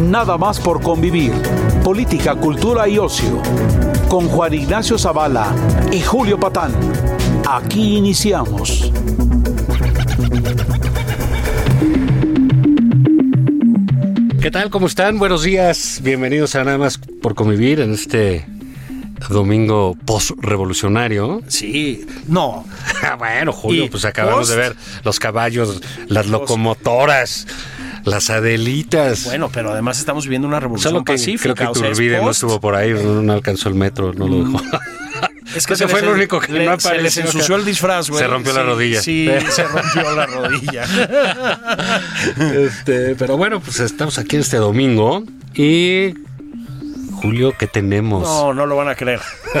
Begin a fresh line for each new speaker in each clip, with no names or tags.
Nada más por convivir. Política, cultura y ocio. Con Juan Ignacio Zavala y Julio Patán. Aquí iniciamos.
¿Qué tal? ¿Cómo están? Buenos días. Bienvenidos a Nada más por convivir en este domingo post-revolucionario.
Sí, no.
Ah, bueno, Julio,
Y
pues acabamos
post-
de ver los caballos, las locomotoras, las adelitas.
Bueno, pero además estamos viviendo una revolución
Solo que
pacífica.
creo
o
que
sea, es
Turbide no
post. Mm.
estuvo por ahí, no, no alcanzó el metro, no lo dejó.
Es
Ese
se
fue
les-
el único que
le-
no
Se les
apareció acá.
ensució el disfraz, güey.
Se rompió la
Sí,
rodilla.
Sí, se rompió la rodilla.
Este, pero bueno, pues estamos aquí este domingo y Julio, ¿qué tenemos?
No, no lo van a creer.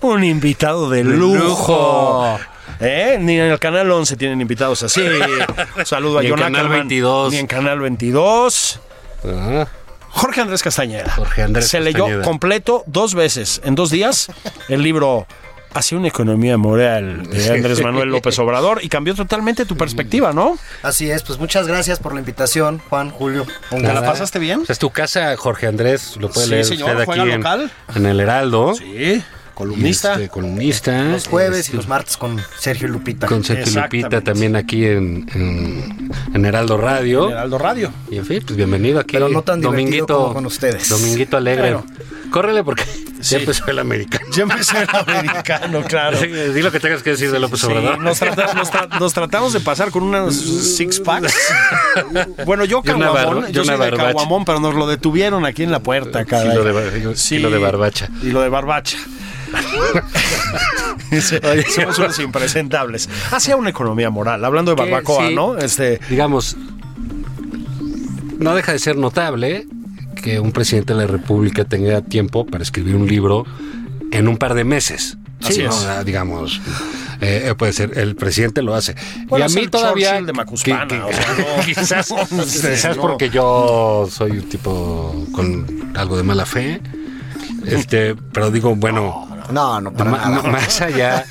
Un invitado de lujo.
lujo.
¿Eh? Ni en el Canal 11 tienen invitados así. Un saludo a
Ni en
John
Canal
Ackerman.
22.
Ni en Canal 22.
Ah,
Jorge Andrés Castañeda.
Jorge Andrés
Se
Castañeda.
leyó completo dos veces, en dos días, el libro Hacia una economía moral de Andrés Manuel López Obrador y cambió totalmente tu perspectiva, ¿no?
Así es, pues muchas gracias por la invitación, Juan, Julio. Un
Nada.
gusto.
pasaste bien?
pues es tu casa, Jorge Andrés, lo puede
Sí,
leer
señor,
usted aquí
juega
en,
local.
en el Heraldo.
Sí,
Este, columnista.
Los jueves
Este,
y los martes con Sergio y Lupita.
Con Sergio
Exactamente.
Lupita también aquí en, en, en Heraldo Radio.
Heraldo Radio.
Y en fin, pues bienvenido aquí.
Pero no tan divertido como con ustedes.
Dominguito Alegre.
Claro.
Córrele porque ya empezó el americano.
Ya empecé el americano, claro. Sí,
Di lo que tengas que decir de López Obrador.
nos, trata- nos tra- nos tratamos de pasar con unas six packs. Bueno, yo
Y una
caguamón,
barba- y
yo
una
soy de
barbacha.
caguamón, pero nos lo detuvieron aquí en la puerta, caray.
Kilo de bar- kilo de barbacha.
Y lo de barbacha. Sí, Somos unos impresentables. Hacia una economía moral, hablando de
Que,
barbacoa,
sí.
¿no? Este,
digamos, no deja de ser notable que un presidente de la República tenga tiempo para escribir un libro en un par de meses.
Así
¿no?
es.
O sea, digamos, eh, eh, puede ser, el presidente lo hace.
Bueno,
y
es
a mí
el
todavía...
Churchill de Macuspana, o sea, no.
quizás quizás
No.
porque yo soy un tipo con algo de mala fe. Este, pero digo, bueno,
No, no, para
Ma-
nada.
ma- más allá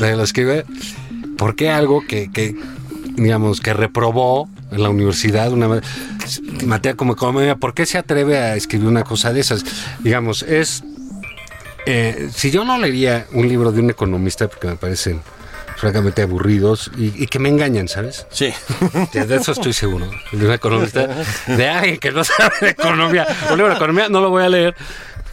de lo escribe, ¿por qué algo que, que, digamos, que reprobó en la universidad una ma- materia como economía, ¿por qué se atreve a escribir una cosa de esas? Digamos, es... eh, si yo no leería un libro de un economista, porque me parecen francamente aburridos y, y que me engañan, ¿sabes?
sí.
De de eso estoy seguro. De un economista, de alguien que no sabe de economía. Un libro de economía no lo voy a leer.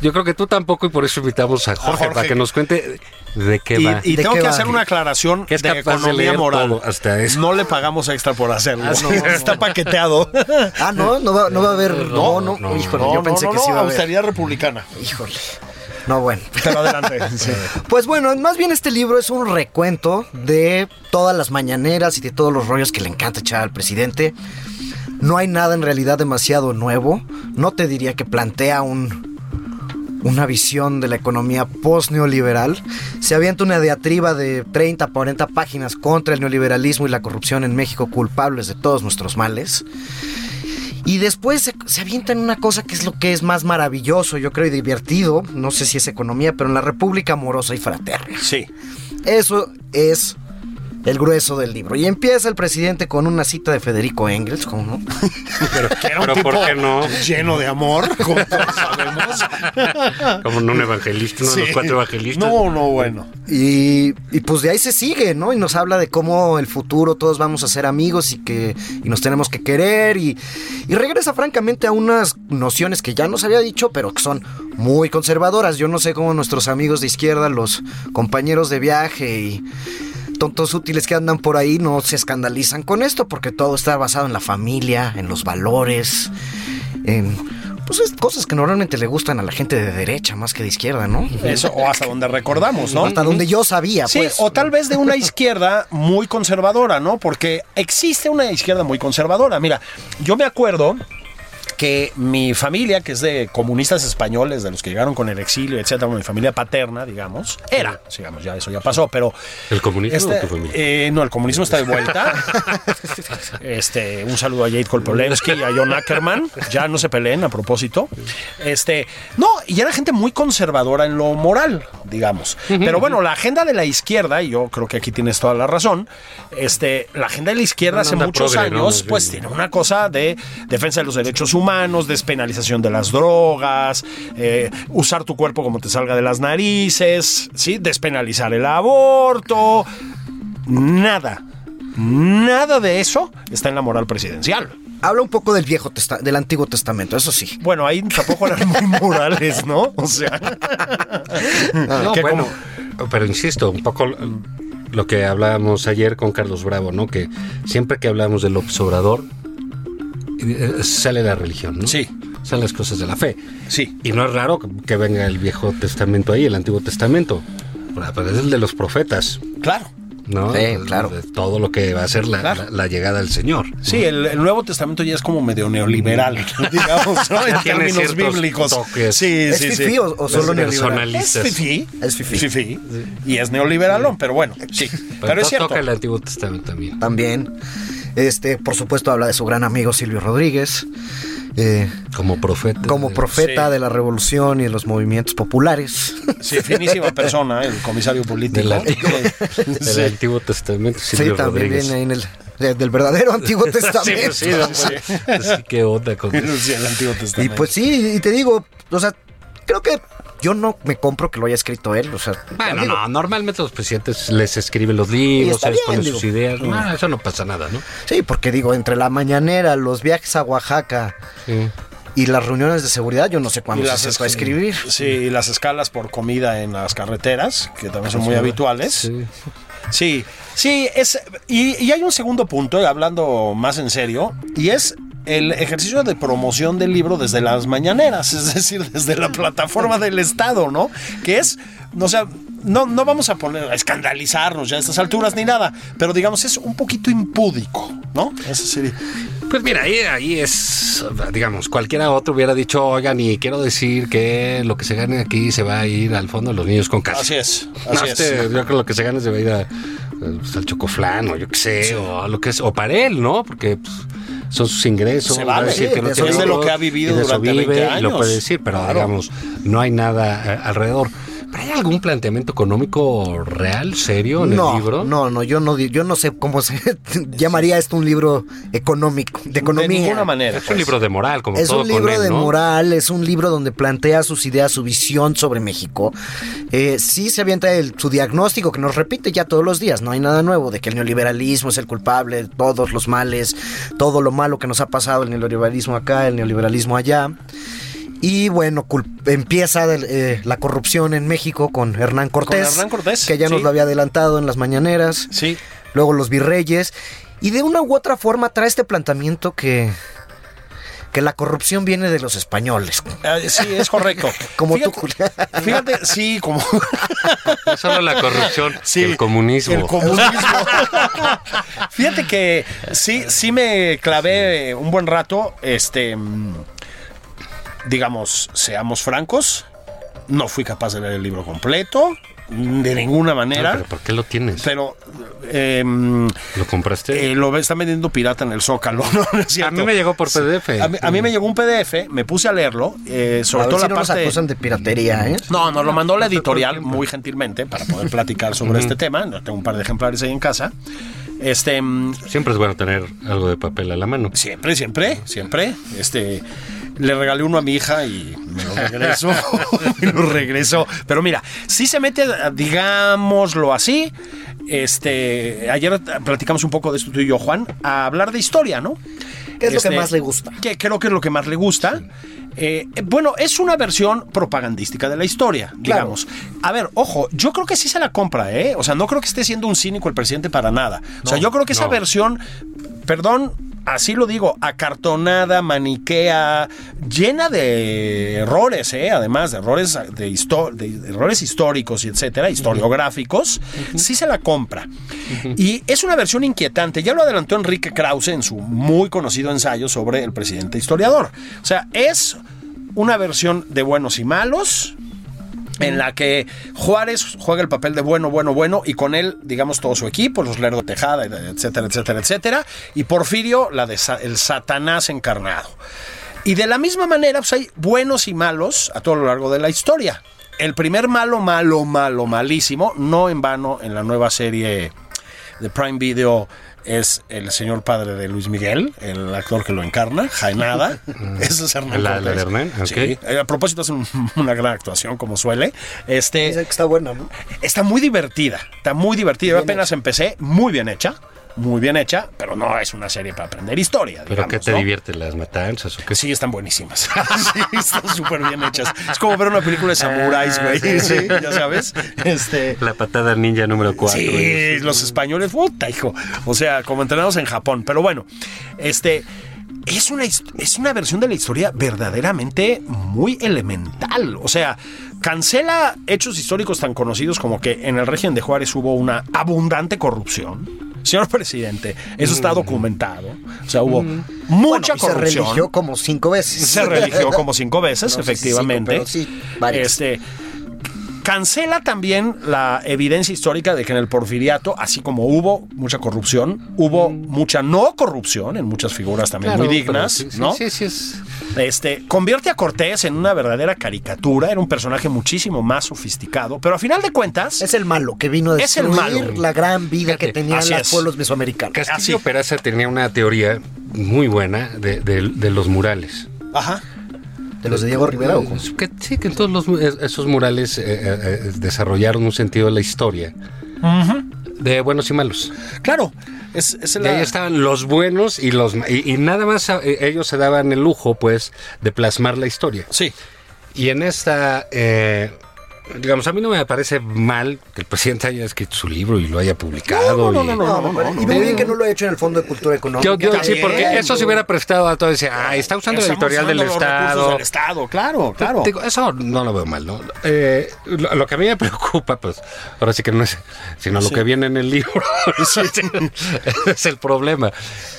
Yo creo que tú tampoco y por eso invitamos a Jorge,
Jorge.
para que nos cuente de qué
Y,
va.
y
¿De
tengo
qué
que
va?
hacer una aclaración
Que es
de
capaz de
economía
leer
moral.
todo, hasta eso.
No le pagamos extra por hacerlo.
Ah, no, no.
Está paqueteado.
Ah, no, no va, no va a haber. No, no,
no,
híjole,
No,
yo pensé
no, no,
que sí iba a haber.
austeridad republicana.
Híjole. No, bueno.
Pero adelante. Sí.
Pues bueno, más bien este libro es un recuento de todas las mañaneras y de todos los rollos que le encanta echar al presidente. No hay nada en realidad demasiado nuevo. No te diría que plantea un, una visión de la economía post-neoliberal. Se avienta una diatriba de 30, 40 páginas contra el neoliberalismo y la corrupción en México, culpables de todos nuestros males. Y después se, se avienta en una cosa que es lo que es más maravilloso, yo creo, y divertido. No sé si es economía, pero en la República Amorosa y Fraterna.
Sí.
Eso es el grueso del libro. Y empieza el presidente con una cita de Federico Engels, ¿cómo no?
pero
Era un
pero
tipo
¿por qué no?
lleno de amor, como todos sabemos.
Como un evangelista, uno
Sí.
de los cuatro evangelistas.
No, no, bueno.
Y, y pues de ahí se sigue, ¿no? Y nos habla de cómo el futuro todos vamos a ser amigos y que y nos tenemos que querer. Y, y regresa francamente a unas nociones que ya nos había dicho, pero que son muy conservadoras. Yo no sé cómo nuestros amigos de izquierda, los compañeros de viaje y tontos útiles que andan por ahí no se escandalizan con esto, porque todo está basado en la familia, en los valores, en pues es cosas que normalmente le gustan a la gente de derecha más que de izquierda, ¿no?
Eso, o hasta donde recordamos, ¿no?
Hasta donde yo sabía,
Sí,
pues.
o tal vez de una izquierda muy conservadora, ¿no? Porque existe una izquierda muy conservadora. Mira, yo me acuerdo que mi familia, que es de comunistas españoles, de los que llegaron con el exilio, etcétera, mi familia paterna, digamos, era, digamos, ya eso ya pasó, pero
¿El comunismo
este,
o tu familia?
eh, no, el comunismo está de vuelta. Este, un saludo a Jade Kolpolensky y a John Ackerman. Ya no se peleen a propósito. Este, no, y era gente muy conservadora en lo moral, digamos. Pero bueno, la agenda de la izquierda, y yo creo que aquí tienes toda la razón, este, la agenda de la izquierda
Una
hace
onda
muchos
progre, ¿no?
años,
Sí.
pues tiene una cosa de defensa de los derechos humanos, despenalización de las drogas, eh, usar tu cuerpo como te salga de las narices, ¿sí? despenalizar el aborto, nada, nada de eso está en la moral presidencial.
Habla un poco del viejo testa- del Antiguo Testamento, eso sí.
Bueno, ahí tampoco eran muy morales, ¿no? O sea,
No,
que
bueno, pero insisto, un poco eh, lo que hablábamos ayer con Carlos Bravo, ¿no? Que siempre que hablamos del observador, eh, sale la religión, ¿no?
Sí.
Salen las cosas de la fe.
sí.
Y no es raro que- que venga el Viejo Testamento ahí, el Antiguo Testamento. Pero es el de los profetas,
Claro.
¿no?
Sí,
De-
claro.
de todo lo que va a ser la,
Claro.
la- la llegada del Señor.
Sí, el, el Nuevo Testamento ya es como medio neoliberal, digamos, ¿no? En
Tiene
términos
ciertos
bíblicos.
toques.
Sí,
¿Es
sí, sí.
fifí o, o solo
Es
neoliberal?
personalistas.
Es fifí.
Es fifí.
Y es neoliberalón, pero bueno, sí. Pero, es
to-
cierto.
toca el Antiguo Testamento también.
También. Este, por supuesto, habla de su gran amigo Silvio Rodríguez. eh,
Como profeta.
como profeta
Sí.
de la revolución y de los movimientos populares.
Sí, finísima persona, el comisario político.
Del antiguo,
Sí.
del Antiguo Testamento.
Sí,
Silvio
también
Rodríguez.
viene ahí en el de- del verdadero Antiguo Testamento.
Sí, pues sí, sí. Así que onda con eso.
Sí, el Antiguo
y
Testamento.
pues sí, y te digo, o sea, creo que yo no me compro que lo haya escrito él, o sea,
Bueno,
digo,
no, normalmente los presidentes les escriben los
Y
libros,
está
se les
bien,
ponen
digo.
sus ideas. No, eso no pasa nada, ¿no?
sí, porque digo, entre la mañanera, los viajes a Oaxaca y las reuniones de seguridad, yo no sé
Y
cuándo se sentó a escribir.
Sí, y las escalas por comida en las carreteras, que también son muy habituales. Sí,
Sí.
sí, es. Y, y hay un segundo punto, y hablando más en serio, y es el ejercicio de promoción del libro desde las mañaneras, es decir, desde la plataforma del Estado, ¿no? Que es, o sea, no, no vamos a poner a escandalizarnos ya a estas alturas ni nada, pero digamos, es un poquito impúdico, ¿no? Es decir,
Pues mira, ahí, ahí es, digamos, cualquiera otro hubiera dicho, oigan, y quiero decir que lo que se gane aquí se va a ir al fondo de los niños con casa.
así es,
No,
así es.
este, Yo creo que lo que se gane se va a ir a, eh, pues, al chocoflán o yo qué sé, o a lo que es, o para él, ¿no? Porque pues, son sus ingresos.
Se
va a
vale,
decir que no
de
tiene
eso es de
hijos,
lo que ha vivido
y de eso
durante
vive,
20
y Lo
años.
puede decir, pero
Claro.
digamos, no hay nada eh, alrededor. ¿Pero hay algún planteamiento económico real, serio en el
No,
libro?
no, no, yo no, di- yo no sé cómo se llamaría esto un libro económico, de economía.
De ninguna manera. pues.
Es un libro de moral, como
Es
todo
un libro
con él,
de
¿no?
moral, es un libro donde plantea sus ideas, su visión sobre México. Eh, sí se avienta el- su diagnóstico que nos repite ya todos los días, no hay nada nuevo, de que el neoliberalismo es el culpable de todos los males, todo lo malo que nos ha pasado, el neoliberalismo acá, el neoliberalismo allá. Y bueno, cul- empieza del- eh, la corrupción en México con Hernán Cortés,
Hernán Cortés,
que ya nos
sí.
lo había adelantado en las mañaneras
Sí,
luego los virreyes, y de una u otra forma trae este planteamiento que, que la corrupción viene de los españoles.
Ah, Sí, es correcto.
Como tú,
Fíjate- Fíjate, sí, como
No solo la corrupción,
Sí,
el comunismo.
el comunismo. Fíjate que sí, sí me clavé un buen rato. Este, mm, digamos, seamos francos, no fui capaz de leer el libro completo, mm, de ninguna
Ah,
manera.
pero ¿por qué lo tienes?
Pero eh, mm,
¿Lo compraste?
eh, lo están vendiendo pirata en el Zócalo, ¿no? No es
a
cierto.
mí me llegó por PDF.
A mí, a mí me llegó un PDF, me puse a leerlo, eh, sobre
a ver
todo
si
la
no nos
parte.
acusan de piratería, ¿eh?
No, nos lo mandó la editorial muy gentilmente para poder platicar sobre este tema. No, Tengo un par de ejemplares ahí en casa. Este, mm,
Siempre es bueno tener algo de papel a la mano.
siempre, siempre, siempre. Este, le regalé uno a mi hija y me lo regreso. me lo regreso. Pero mira, sí se mete, digámoslo así. Este, ayer platicamos un poco de esto tú y yo, Juan, a hablar de historia, ¿no?
¿Qué es lo que más le gusta?
Este, Que creo que es lo que más le gusta. Eh, bueno, es una versión propagandística de la historia, digamos. A ver, ojo, yo creo que sí se la compra, ¿eh? O sea, no creo que esté siendo un cínico el presidente para nada. o sea, yo creo que esa
no.
versión, perdón, así lo digo, acartonada, maniquea, llena de errores, ¿eh? además de errores, de, histo- de errores históricos y etcétera, historiográficos, sí se la compra. Y es una versión inquietante, ya lo adelantó Enrique Krause en su muy conocido ensayo sobre el presidente historiador. O sea, es una versión de buenos y malos, en la que Juárez juega el papel de bueno, bueno, bueno, y con él, digamos, todo su equipo, los Lerdo Tejada, etcétera, etcétera, etcétera, y Porfirio, la de sa- el Satanás encarnado. Y de la misma manera, pues hay buenos y malos a todo lo largo de la historia. El primer malo, malo, malo, malísimo, no en vano en la nueva serie de Prime Video es el señor padre de Luis Miguel, el actor que lo encarna, Jaenada. Ese es Hernán
La- la de
Cortés.
Hernán, ok.
Sí. Eh, A propósito, es un- una gran actuación, como suele. Este,
Dice que está buena, ¿no?
está muy divertida, está muy divertida. Yo apenas empecé, muy bien hecha, muy bien hecha, pero no es una serie para aprender historia.
¿Pero
digamos,
qué te
¿no?
divierte? ¿Las matanzas o qué?
Que sí, están buenísimas. sí, están súper bien hechas. Es como ver una película de samuráis, güey. Ah, Sí, ya sabes. Este.
La patada ninja número 4.
Sí, los
"Mm".
españoles, puta, hijo. O sea, como entrenados en Japón. Pero bueno, este. Es una, his- es una versión de la historia verdaderamente muy elemental. O sea, cancela hechos históricos tan conocidos como que en el régimen de Juárez hubo una abundante corrupción. Señor presidente, eso está documentado. O sea, hubo mucha
Mm. Bueno, y Se
corrupción.
religió como cinco veces.
Se religió como cinco veces,
No sé si
efectivamente.
cinco, pero sí, varias.
Este cancela también la evidencia histórica de que en el porfiriato, así como hubo mucha corrupción, hubo mucha no corrupción en muchas figuras también muy dignas, ¿no?
Sí, sí, es.
Este, convierte a Cortés en una verdadera caricatura, era un personaje muchísimo más sofisticado, pero a final de cuentas
Es el malo que vino a
Es el
destruir
malo.
la gran vida que
Fíjate,
tenían
así
los
es.
pueblos mesoamericanos.
Castillo Peraza tenía una teoría muy buena de, de- de los murales.
ajá,
¿De los de Diego Rivera o cómo?
Pues Que, sí, que todos los, mu- es- esos murales eh, eh, eh, desarrollaron un sentido de la historia. De buenos y malos.
claro, es, es
Y
la-
ahí estaban los buenos y los ma- y, y nada más eh, ellos se daban el lujo, pues, de plasmar la historia.
sí,
Y en esta, eh, digamos, a mí no me parece mal que el presidente haya escrito su libro y lo haya publicado. y-
y muy bien que no lo ha hecho en el Fondo de Cultura Económica.
Yo, yo sí,
También,
porque eso se hubiera prestado a todo ese, ah, está usando la
Estamos
editorial del
usando los recursos
Estado.
del Estado, claro, claro.
Digo, eso no lo veo mal, ¿no? Eh, lo, lo que a mí me preocupa, pues, ahora sí que no es, sino lo que viene en el libro, es el problema.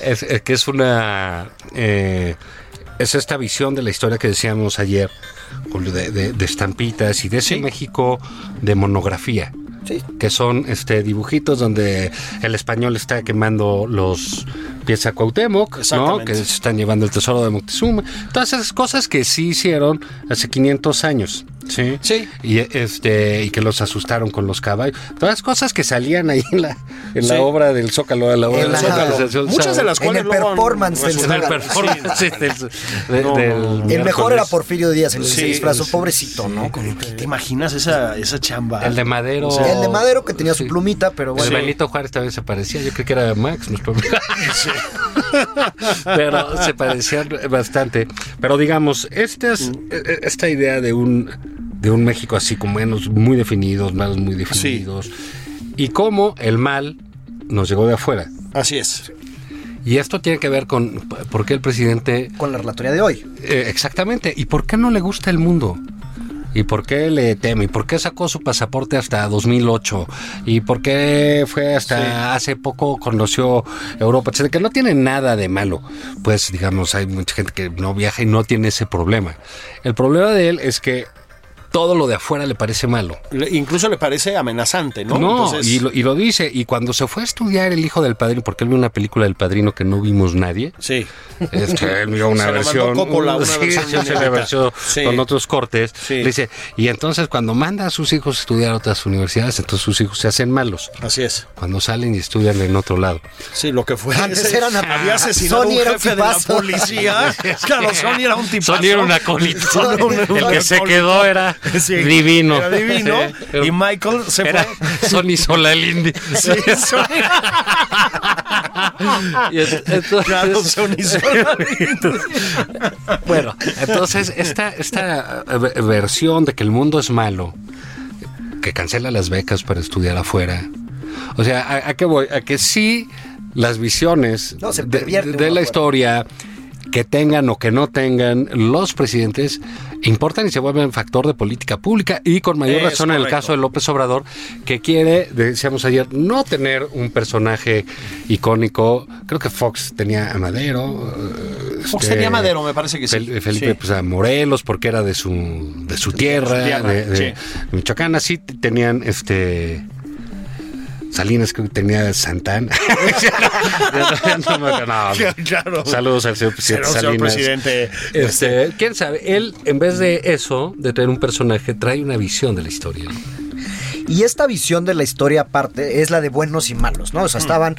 Es, es que es una, eh, es esta visión de la historia que decíamos ayer, Julio, de, de- de estampitas y de ese México de monografía. Que son este dibujitos donde el español está quemando los pies a Cuauhtémoc, ¿no?
Exactamente.
Que se están llevando el tesoro de Moctezuma. Todas esas cosas que sí hicieron hace 500 años. Sí.
Sí.
Y, este, y que los asustaron con los caballos. Todas las cosas que salían ahí en la, en la
Sí.
obra del Zócalo, a la obra del
En la-
Zócalo.
Muchas de las
En
cuales
el
luego han
performance del
En el
resultado.
performance
Sí.
del- de- del
No, no, no. El
El
miércoles.
mejor era Porfirio Díaz, el que se
Sí,
disfrazó,
sí,
pobrecito, ¿no?
¿Te imaginas esa, esa chamba?
El de Madero.
El de Madero que tenía su
Sí.
plumita, pero
El
bueno.
Benito Juárez también se parecía, yo creo que era Max, no es por- pero se parecían bastante. Pero digamos, esta, es- e- esta idea de un, de un México así con menos muy definidos, malos muy definidos, y cómo el mal nos llegó de afuera.
Así es.
Y esto tiene que ver con p- por qué el presidente
Con la relatoría de hoy.
eh, exactamente. ¿Y por qué no le gusta el mundo? ¿Y por qué le teme? ¿Y por qué sacó su pasaporte hasta 2008? ¿Y por qué fue hasta hace poco conoció Europa? etcétera? Que no tiene nada de malo. Pues digamos, hay mucha gente que no viaja y no tiene ese problema. El problema de él es que todo lo de afuera le parece malo.
Le- incluso le parece amenazante, ¿no? pues
No, y, lo, y lo dice. Y cuando se fue a estudiar El Hijo del Padrino, porque él vio una película del Padrino que no vimos nadie,
Sí.
Este, él vio una
Se la mandó
versión,
Coppola, una
sí,
versión
sí, se la
inédita.
versión
Sí.
con otros cortes.
Sí.
Le dice, y entonces cuando manda a sus hijos a estudiar a otras universidades, entonces sus hijos se hacen malos.
Así es.
Cuando salen y estudian en otro lado.
Sí, lo que fue.
Antes
Ese-
eran-
había asesinado
Sony
un
era un
jefe de la
tipazo.
policía. claro, Sony era un tipazo.
Sony era un acólito.
Sony era un
El que se
acólito.
quedó era
Sí,
divino.
Era divino.
Sí, pero
y Michael se
era
fue.
Sony sola el indio. Y en- entonces-
Claro, Sony Sola.
Bueno, entonces esta, esta eh, ve- versión de que el mundo es malo, que cancela las becas para estudiar afuera. O sea, ¿a, a qué voy? A que sí las visiones
No, se
de,
pervierte
de
uno,
la
bueno.
historia que tengan o que no tengan los presidentes importan y se vuelven factor de política pública y con mayor
Es
razón en el
correcto.
caso de López Obrador que quiere, decíamos ayer, no tener un personaje icónico. Creo que Fox tenía a Madero. eh,
Fox
este,
tenía Madero, me parece que sí.
Fel- Felipe
Sí.
pues, a Morelos porque era de su de su tierra,
tierra,
de, de Michoacán, así t- tenían este Salinas creo que tenía Santana. No me acuerdo, no.
Claro.
Saludos al señor
Señor-
presidente
señor
Salinas.
presidente.
Este, quién sabe, él en vez de eso, de tener un personaje, trae una visión de la historia.
Y esta visión de la historia aparte es la de buenos y malos, ¿no? O
Mm.
sea, estaban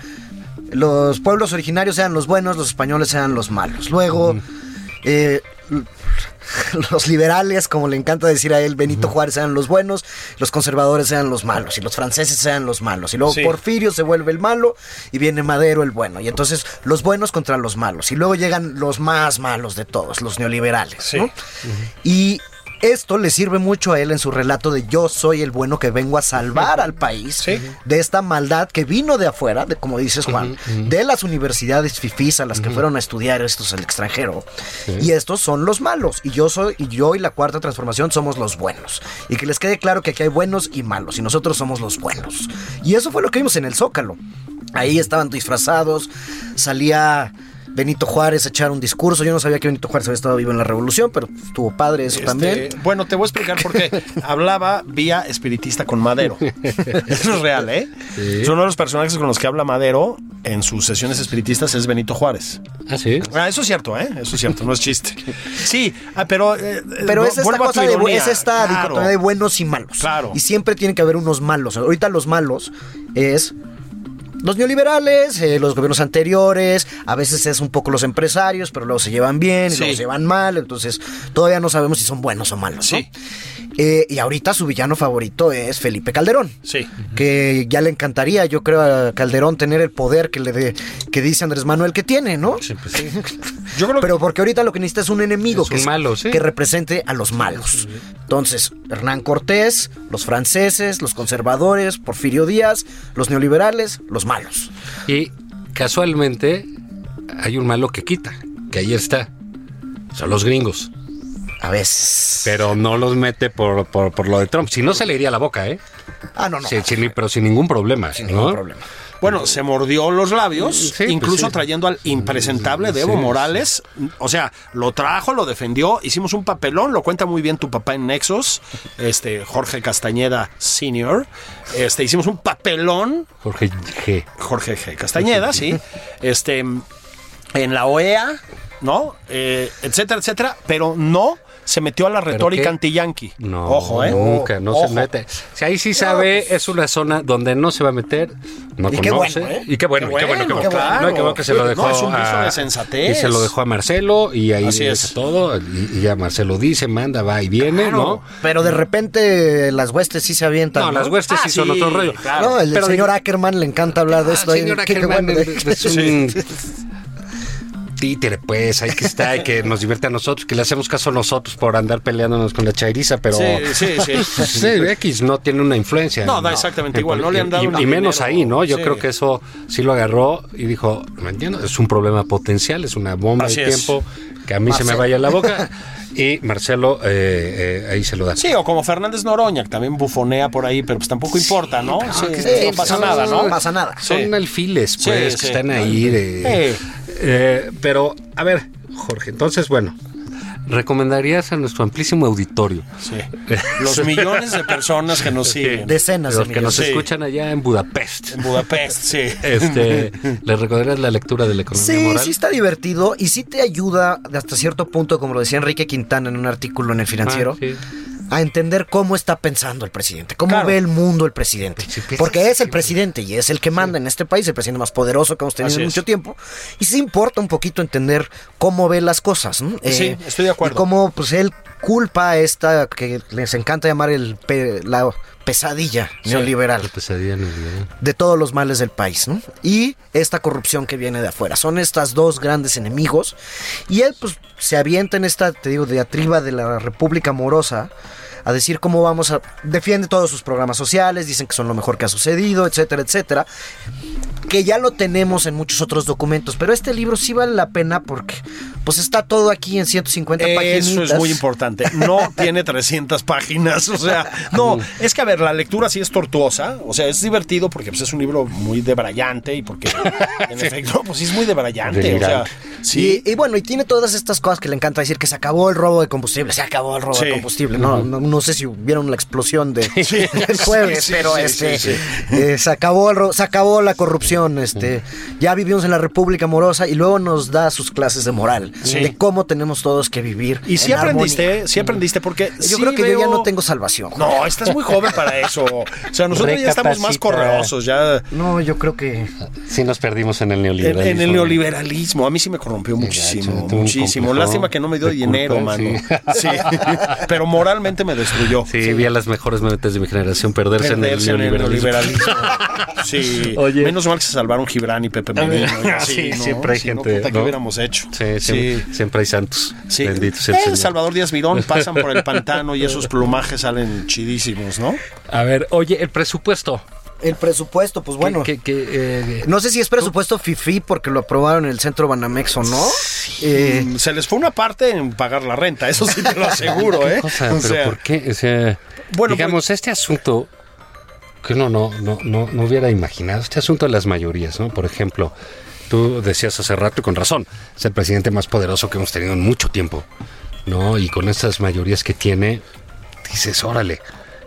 los pueblos originarios eran los buenos, los españoles eran los malos. Luego
Mm.
eh, l- los liberales, como le encanta decir a él, Benito Juárez eran los buenos, los conservadores eran los malos y los franceses eran los malos. Y luego
Sí.
Porfirio se vuelve el malo y viene Madero el bueno. Y entonces los buenos contra los malos. Y luego llegan los más malos de todos, los neoliberales,
Sí.
¿no? Y esto le sirve mucho a él en su relato de yo soy el bueno que vengo a salvar al país
Sí.
de esta maldad que vino de afuera, de, como dices Juan, de las universidades fifís a las que fueron a estudiar estos al extranjero. Y estos son los malos. Y yo soy, y yo y la cuarta transformación somos los buenos. Y que les quede claro que aquí hay buenos y malos. Y nosotros somos los buenos. Y eso fue lo que vimos en el Zócalo. Ahí estaban disfrazados, salía. Benito Juárez a echar un discurso. Yo no sabía que Benito Juárez había estado vivo en la revolución, pero estuvo padre eso también.
Este, bueno, te voy a explicar por qué. Hablaba vía espiritista con Madero. Eso es real, ¿eh? Uno de los personajes con los que habla Madero en sus sesiones espiritistas es Benito Juárez.
Ah, sí.
Ah, eso es cierto, ¿eh? Eso es cierto, no es chiste. Sí, ah, pero... eh,
Pero
vu-
es esta
vuelvo a tu
cosa de,
ironía.
es esta
Claro.
dicotomía de buenos y malos.
Claro.
Y siempre tiene que haber unos malos. Ahorita los malos es los neoliberales, eh, los gobiernos anteriores, a veces es un poco los empresarios, pero luego se llevan bien y
Sí.
luego se llevan mal. Entonces todavía no sabemos si son buenos o malos. ¿no?
Sí.
Eh, y ahorita su villano favorito es Felipe Calderón.
Sí.
Que ya le encantaría, yo creo, a Calderón tener el poder que le dé, que dice Andrés Manuel que tiene, ¿no?
pues
Yo creo
Pero porque ahorita lo que necesita es un enemigo
Es
que,
un
es-
malo, sí.
que represente a los malos. Entonces, Hernán Cortés, los franceses, los conservadores, Porfirio Díaz, los neoliberales, los malos.
Y casualmente hay un malo que quita, que ahí está. Son los gringos.
A veces.
Pero no los mete por, por, por lo de Trump. Si no, se le iría la boca, ¿eh?
ah, no, no.
Sí, sin- pero sin ningún problema.
sin
¿no?
ningún problema.
Bueno, se mordió los labios,
Sí, pues
incluso
sí.
trayendo al impresentable
Sí,
de Evo
sí.
Morales. O sea, lo trajo, lo defendió, hicimos un papelón, lo cuenta muy bien tu papá en Nexos, este Jorge Castañeda Senior. Este, hicimos un papelón,
Jorge G.
Jorge G. Castañeda, sí. Este, en la OEA, ¿no? Eh, etcétera, etcétera, pero no se metió a la retórica
qué?
anti-yankee.
No,
Ojo, ¿eh?
nunca, no
Ojo.
se mete. Si ahí sí sabe, es una zona donde no se va a meter, no
Y qué
conoce.
bueno, ¿eh?
Y qué bueno, y qué bueno, qué bueno.
Qué bueno,
No, y qué bueno que se lo
claro.
dejó
No, es un piso
a,
de sensatez.
Y se lo dejó a Marcelo y ahí
Así
Así
es.
todo. Y, y ya Marcelo dice, manda, va y viene, ¿no?
Pero de repente las huestes sí se avientan.
No, las huestes sí,
Ah,
son
sí,
otro rollo.
claro.
No, el
Pero
señor
digo-
Ackerman le encanta hablar de esto.
Ah,
ahí.
señor
Qué- qué
Ackerman,
bueno,
es- es un títere, pues, ahí que está, y que nos divierte a nosotros, que le hacemos caso a nosotros por andar peleándonos con la chairiza, pero...
Sí, sí, sí.
Sí, X no tiene una influencia. Eh,
No, da exactamente igual, no le han dado
Y, y
ni
menos
dinero.
ahí, ¿no? Yo
Sí.
creo que eso sí lo agarró y dijo, "Me entiendo, es un problema potencial, es una bomba
Así
de
es.
tiempo que a mí se me
Marcelo.
vaya la boca. y Marcelo eh, eh, ahí se lo da.
Sí, o como Fernández Noroña, que también bufonea por ahí, pero pues tampoco importa, ¿no? Sí,
Sí,
no pasa
sí,
nada,
No
¿no?
pasa nada.
Son
Sí.
alfiles,
Sí,
pues,
sí.
que están ahí. de-
Eh.
Eh, pero, a ver, Jorge, entonces, bueno, recomendarías a nuestro amplísimo auditorio,
Sí. Los millones de personas que nos siguen
Decenas de
los que nos
millones.
Sí.
escuchan allá en Budapest,
en Budapest, sí.
este, les recomendarías la lectura de la economía
Sí,
moral.
sí está divertido y sí te ayuda hasta cierto punto, como lo decía Enrique Quintana en un artículo en el financiero,
Ah, sí.
a entender cómo está pensando el presidente, cómo
Claro.
ve el mundo el presidente.
Sí, piensas
Porque es el
siempre.
presidente y es el que manda en este país, el presidente más poderoso que hemos tenido
Así
en
es.
mucho tiempo. Y sí importa un poquito entender cómo ve las cosas. ¿no? Eh,
Sí, estoy de acuerdo.
Y cómo pues, él culpa a esta que les encanta llamar el pe- la pesadilla neoliberal
La pesadilla neoliberal.
de todos los males del país, ¿no? Y esta corrupción que viene de afuera. Son estas dos grandes enemigos. Y él, pues, se avienta en esta, te digo, diatriba de la República Morosa a decir cómo vamos a... Defiende todos sus programas sociales, dicen que son lo mejor que ha sucedido, etcétera, etcétera. Que ya lo tenemos en muchos otros documentos, pero este libro sí vale la pena porque pues está todo aquí en 150 páginas.
Eso es muy importante. No tiene 300 páginas. O sea, no, es que a ver, la lectura sí es tortuosa. O sea, es divertido porque pues, es un libro muy debrayante y porque, en efecto, pues sí es muy debrayante. O sea,
Delirante.
sí.
Y, y bueno, y tiene todas estas cosas que le encanta decir que se acabó el robo de combustible, se acabó el robo
Sí.
de combustible. No, no, no sé si vieron la explosión de
Sí.
el jueves,
Sí, sí,
pero
sí,
este
sí,
eh, se acabó el robo, se acabó la corrupción, este ya vivimos en la República amorosa y luego nos da sus clases de moral,
Sí.
de cómo tenemos todos que vivir.
Y sí
en
aprendiste,
armonía.
sí aprendiste porque sí
Yo creo que yo ya
veo-
no tengo salvación.
No, estás muy joven para eso. O sea, nosotros ya estamos más
Recapacita.
correosos ya
No, yo creo que
Sí nos perdimos en el
en,
neoliberalismo.
en el neoliberalismo. A mí sí me corrompió
gacho,
muchísimo,
tuvo un
muchísimo.
complejo
Lástima que no me dio
de
dinero,
culpa,
mano. Sí. pero moralmente me destruyó.
Sí, vi a las mejores mentes de mi generación perderse,
Perderse
en el neoliberalismo.
Sí.
Oye.
Menos mal que se salvaron Gibran y Pepe Merino. y así,
Sí,
¿no?
siempre hay
Si no,
gente,
puta, ¿qué
¿no?
hubiéramos hecho?
Sí, siempre, siempre hay santos.
Sí.
Bendito sea el
Eh,
Señor.
Salvador Díaz Virón pasan por el pantano y esos plumajes salen chidísimos, ¿no?
A ver, oye, el presupuesto.
el presupuesto, pues bueno.
Que- que- que, eh,
No sé si es presupuesto FIFI porque lo aprobaron en el centro Banamex o no. Eh,
Mm, Se les fue una parte en pagar la renta, eso sí te lo aseguro, ¿eh?
cosa,
O
pero
sea,
¿por qué? O sea,
Bueno, pues-
digamos, este asunto que uno no, no, no, no hubiera imaginado, este asunto de las mayorías, ¿no? Por ejemplo, tú decías hace rato y con razón, es el presidente más poderoso que hemos tenido en mucho tiempo, ¿no? Y con estas mayorías que tiene, dices, órale.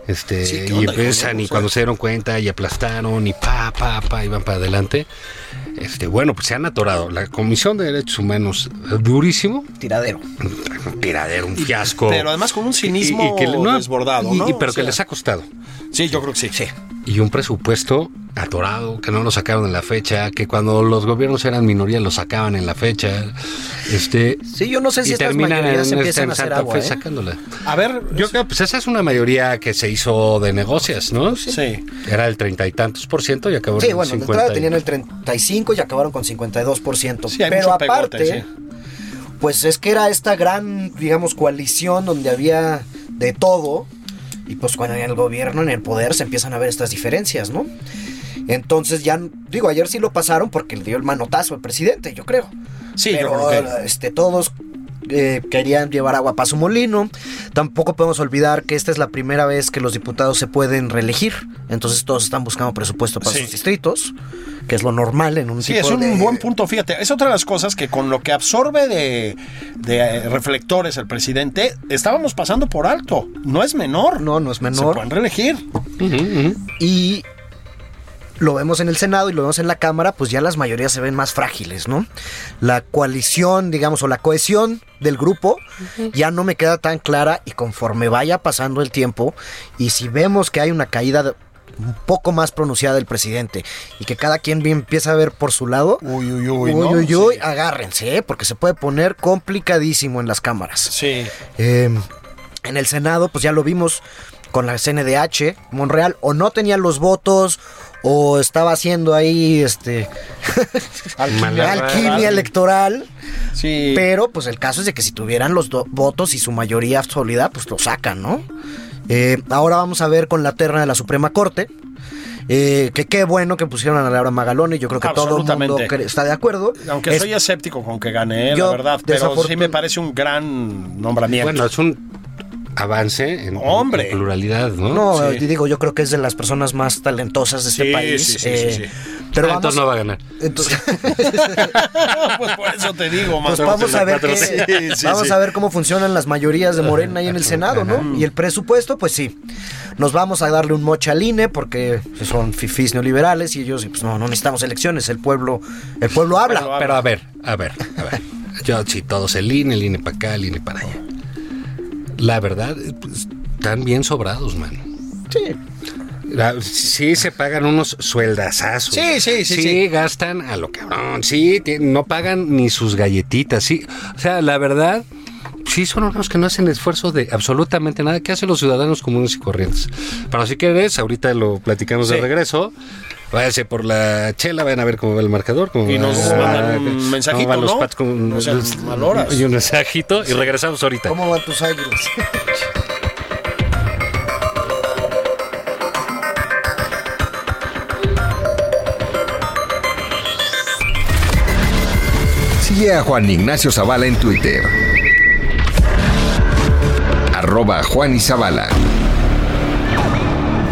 Este,
Sí, ¿qué
y
onda, hijo?
empiezan,
O
y
sea-
cuando se dieron cuenta, y aplastaron, y pa, pa, pa, y van para adelante. Este, bueno, pues se han atorado. La Comisión de Derechos Humanos, durísimo,
tiradero.
un tiradero, un fiasco.
pero además con un cinismo desbordado,
y-
¿no?
y- pero
O
que
sea,
les ha costado.
Sí, yo creo que sí.
Y un presupuesto atorado, que no lo sacaron en la fecha, que cuando los gobiernos eran minoría lo sacaban en la fecha. Este,
Sí, yo no sé si
y
estas
terminan en,
mayorías
este,
empiezan
en
a hacer
Santa
agua,
Fe
¿eh?
sacándola.
A ver,
Yo creo, pues esa es una mayoría que se hizo de negocios, ¿no?
Sí.
Era el treinta y tantos por ciento y acabó en
Sí,
el
bueno, de
50
entrada
y-
tenían el 35 y acabaron con 52%.
Sí, hay
pero
mucho pegote,
aparte,
sí.
pues es que era esta gran, digamos, coalición donde había de todo. Y pues cuando en el gobierno, en el poder, se empiezan a ver estas diferencias, ¿no? Entonces ya, digo, ayer sí lo pasaron porque le dio el manotazo al presidente, yo creo.
Sí, yo
pero
creo que-
este, todos eh, querían llevar agua para su molino. Tampoco podemos olvidar que esta es la primera vez que los diputados se pueden reelegir. Entonces todos están buscando presupuesto para
Sí.
sus distritos, que es lo normal en un
Sí,
tipo
es un
de-
buen punto, fíjate. Es otra de las cosas que con lo que absorbe de, de, eh, reflectores el presidente, estábamos pasando por alto. No es menor.
No, no es
Se
menor.
pueden reelegir.
Y lo vemos en el Senado y lo vemos en la Cámara, pues ya las mayorías se ven más frágiles, ¿no? La coalición, digamos, o la cohesión del grupo ya no me queda tan clara y conforme vaya pasando el tiempo y si vemos que hay una caída de- un poco más pronunciada del presidente y que cada quien bien empieza a ver por su lado,
Uy, uy, uy, ¿no?
uy, uy,
Sí.
agárrense, ¿eh? porque se puede poner complicadísimo en las cámaras.
Sí.
Eh, en el Senado, pues ya lo vimos con la CNDH, Monreal, o no tenía los votos, o estaba haciendo ahí este
Malabar.
alquimia electoral.
Sí.
Pero pues el caso es de que si tuvieran los do- votos y su mayoría sólida, pues lo sacan, ¿no? Eh, ahora vamos a ver con la terna de la Suprema Corte. eh, que qué bueno que pusieron a Laura Magalón y yo creo que todo el mundo
Absolutamente.
cre- está de acuerdo.
Aunque
Es-
soy escéptico con que gane, eh,
Yo,
la verdad. Pero
desafortun-
sí me parece un gran nombramiento.
Bueno, es un avance en,
Hombre.
en pluralidad, ¿no?
No,
Sí.
eh, digo, yo creo que es de las personas más talentosas de este
Sí,
país.
sí, sí, sí,
eh,
sí.
Pero
Ah,
vamos,
entonces no va a ganar.
Entonces,
pues por eso te digo,
pues
mano.
vamos a ver
Sí,
qué-
sí, sí.
vamos a ver cómo funcionan las mayorías de Morena ahí en el Senado, ¿no? Y el presupuesto, pues sí. Nos vamos a darle un mocha al INE porque son fifís neoliberales y ellos, pues no, no necesitamos elecciones, el pueblo, el pueblo habla.
Pero a ver, a ver, a ver. Yo, si todos el INE, el INE para acá, el INE para allá. La verdad, pues, están bien sobrados, mano. La- sí, se pagan unos sueldazazos.
Sí, sí, sí,
Sí,
sí.
gastan a lo cabrón. Sí, ti- no pagan ni sus galletitas. Sí, o sea, la verdad, sí son unos que no hacen esfuerzo de absolutamente nada. ¿Qué hacen los ciudadanos comunes y corrientes? Pero si quieres, ahorita lo platicamos
Sí.
de regreso. Váyanse por la chela, vayan a ver cómo va el marcador. cómo
Y
va-
nos mandan un
cómo
mensajito,
van los
¿no?
Pats con-
O sea,
los-
valoras.
y un mensajito y regresamos ahorita.
¿Cómo van tus águilas?
Sigue a Juan Ignacio Zavala en Twitter. Arroba Juan y Zavala.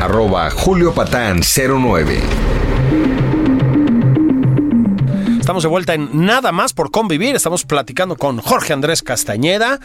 Arroba Julio Patán 09.
Estamos de vuelta en Nada más por convivir. Estamos platicando con Jorge Andrés Castañeda.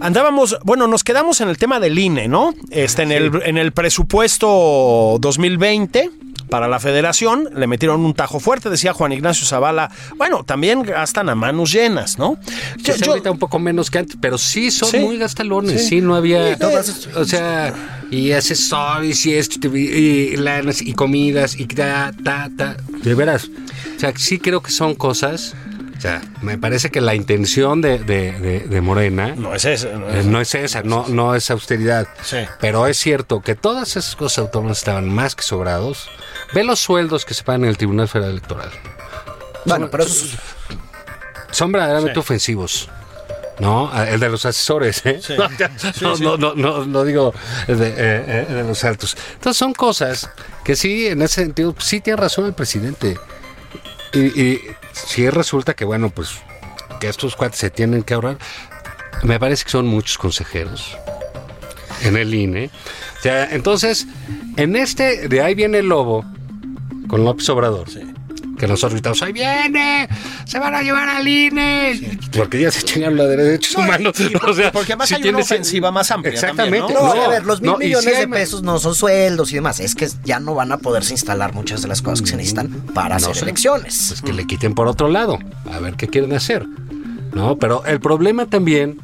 Andábamos, bueno, nos quedamos en el tema del INE, ¿no? Este, en, el, en el presupuesto 2020 para la federación le metieron un tajo fuerte, decía Juan Ignacio Zavala. Bueno, también gastan a manos llenas, ¿no? Yo-
Quizá
yo-
ahorita un poco menos que antes, pero sí son
Sí.
muy gastalones. Sí, no había.
todas-
o sea, y accesorios y esto, y, y lanas y comidas y ta, ta, ta. De veras. O sea, sí creo que son cosas. O sea, me parece que la intención de, de- de- de Morena.
no es eso. no
eh,
es-
No es esa, no, no es austeridad.
Sí.
Pero es cierto que todas esas cosas autónomas estaban más que sobrados. Ve los sueldos que se pagan en el Tribunal Federal Electoral.
Bueno, pero eso es-
son verdaderamente ofensivos. No, Ah, el de los asesores, ¿eh? No, no, no, no, no, no digo el de, eh, eh, de los altos. Entonces son cosas que sí, en ese sentido, sí tiene razón el presidente. Y, y si resulta que, bueno, pues que estos cuates se tienen que ahorrar, me parece que son muchos consejeros en el INE. O sea, entonces, en este, de ahí viene el lobo con López Obrador que nosotros gritamos, ¡ahí viene! ¡Se van a llevar al INE! Porque ya se chingaron la de derechos humanos. o sea,
porque además
si
hay una
tienes-
ofensiva más amplia
Exactamente.
también,
No,
No,
a ver, los mil
no, y
millones
sí hay
de
ma-
pesos no son sueldos y demás. Es que ya no van a poderse instalar muchas de las cosas que se necesitan para hacer
sé.
elecciones.
Pues que le quiten por otro lado. A ver qué quieren hacer. No, pero el problema también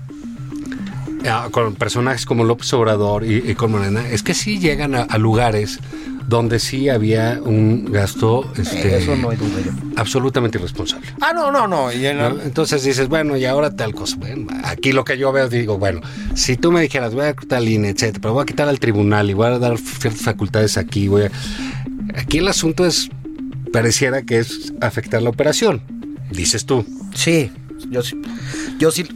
eh, con personajes como López Obrador y, y con Morena es que sí llegan a, a lugares donde sí había un gasto este,
Eso no hay duda yo.
absolutamente irresponsable.
Ah, no, no, no. Y en la-
¿no? Entonces dices, bueno, y ahora tal cosa. Bueno, aquí lo que yo veo, digo, bueno, si tú me dijeras, voy a quitar al INE, etcétera, pero voy a quitar al tribunal y voy a dar ciertas facultades aquí, voy a- Aquí el asunto es, pareciera que es afectar la operación, dices tú.
Sí, yo sí. Yo sí.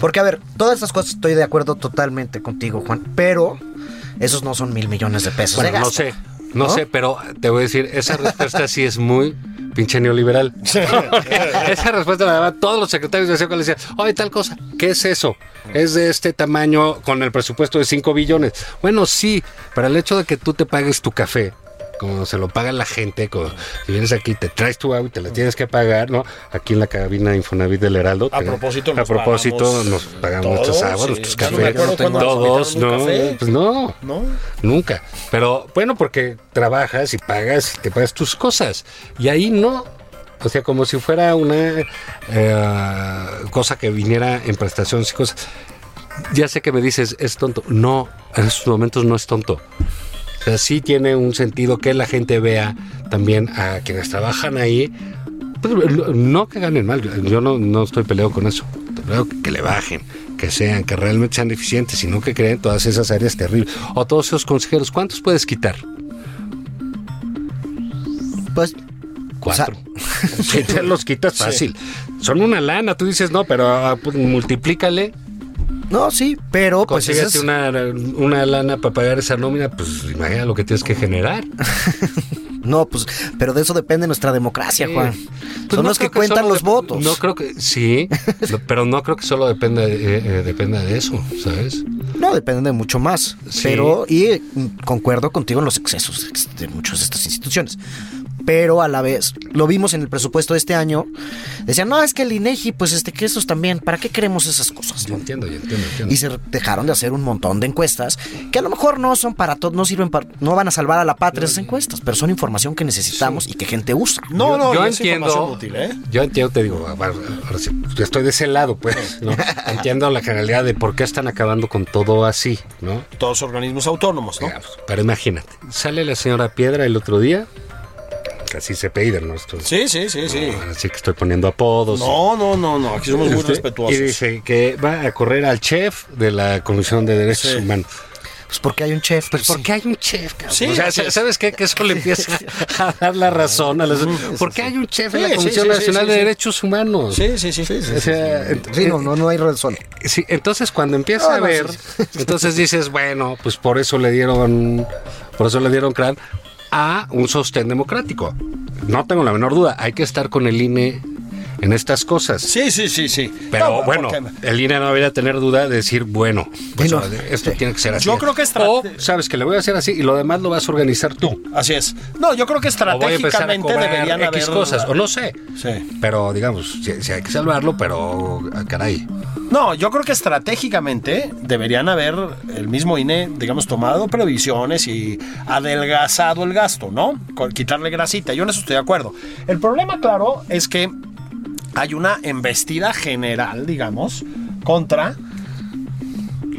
Porque, a ver, todas estas cosas estoy de acuerdo totalmente contigo, Juan, pero esos no son mil millones de pesos. de
Bueno, no
gasto.
sé, no, sé, pero te voy a decir, esa respuesta sí es muy pinche neoliberal. esa respuesta la daban todos los secretarios de Hacienda cuando le decían, oye, tal cosa, ¿qué es eso? Es de este tamaño con el presupuesto de 5 billones. Bueno, sí, pero el hecho de que tú te pagues tu café, como se lo paga la gente, como si vienes aquí, te traes tu agua y te la tienes que pagar, ¿no? Aquí en la cabina Infonavit del Heraldo.
A
te-
propósito,
a
nos
propósito
pagamos
nos pagamos
todo,
nuestras aguas,
sí.
nuestros
Yo no me
cafés,
acuerdo cuando nos
todos,
invitaron un
¿no?
café.
Pues no.
¿No?
Nunca. Pero bueno, porque trabajas y pagas, te pagas tus cosas. Y ahí no. O sea, como si fuera una eh, cosa que viniera en prestaciones y cosas. Ya sé que me dices, es tonto. No, en estos momentos no es tonto. O sea, sí tiene un sentido que la gente vea también a quienes trabajan ahí. Pues, lo- no que ganen mal, yo no, no estoy peleado con eso. Creo que le bajen, que sean, que realmente sean eficientes, sino que creen todas esas áreas terribles. O todos esos consejeros, ¿cuántos puedes quitar?
Pues,
Cuatro. Si te los quitas fácil. Son una lana, tú dices, no, pero ah, pues, multiplícale,
no, sí, pero pues
consíguete
ese es-
una, una lana para pagar esa nómina, pues imagina lo que tienes que generar.
No, pues, pero de eso depende nuestra democracia, Juan.
Pues
son
no
los
creo
que
que
cuentan
solo
los
dep-
votos.
No creo que, sí, no, pero no creo que solo dependa, eh, eh, dependa de eso, ¿sabes?
No, depende de mucho más.
Sí.
Pero, y mm, concuerdo contigo en los excesos ex- de muchas de estas instituciones. Pero a la vez, lo vimos en el presupuesto de este año. Decían, no, es que el INEGI, pues este, que esos también, ¿para qué queremos esas cosas?
Yo entiendo, yo entiendo, entiendo.
Y se dejaron de hacer un montón de encuestas que a lo mejor no son para todos, no sirven para, no van a salvar a la patria esas encuestas, pero son información que necesitamos y que gente usa.
No, no,
yo
y es
entiendo.
información útil, ¿eh?
Yo entiendo, te digo, ahora ahora sí, yo estoy de ese lado, pues, ¿no? Entiendo la generalidad de por qué están acabando con todo así, ¿no? pues,
Todos organismos autónomos, ¿no?
Digamos, Pero imagínate, sale la señora Piedra el otro día, Así se pide el nuestro.
Sí, sí, sí, sí.
Así que estoy poniendo apodos.
No, no, no, no. Aquí somos muy
Este, Y
respetuosos.
dice que va a correr al chef de la Comisión de Derechos Humanos.
Pues porque hay un chef.
Pues
sí.
porque hay un chef, cabrón.
Sí,
o sea,
así es.
¿sabes qué? Que eso le empieza a dar la razón a las... Porque hay un chef en la
Sí, sí,
Comisión
sí, sí,
Nacional
sí,
de
sí.
Derechos Humanos.
Sí, sí, sí.
O sea, ent- eh,
Sí, no, no, no hay razón.
sí, entonces cuando empieza
Ah,
a
no,
ver,
sí,
entonces dices, bueno, pues por eso le dieron, por eso le dieron crán a un sostén democrático. No tengo la menor duda, hay que estar con el INE en estas cosas.
Sí, sí, sí, sí.
Pero
No,
bueno,
porque-
el INE no debería tener duda de decir, bueno, pues,
Bueno,
a ver, esto tiene que ser así.
Yo creo que es tra-
O sabes que le voy a hacer así y lo demás lo vas a organizar tú.
Así es. No, yo creo que
O voy a empezar a
estratégicamente
cobrar
deberían
X
haber
cosas, o no sé.
Sí.
Pero digamos, si, si hay que salvarlo, pero ah, caray.
No, yo creo que estratégicamente deberían haber el mismo INE, digamos, tomado previsiones y adelgazado el gasto, ¿no? Con- Quitarle grasita. Yo en eso estoy de acuerdo. El problema, claro, es que hay una embestida general, digamos, contra.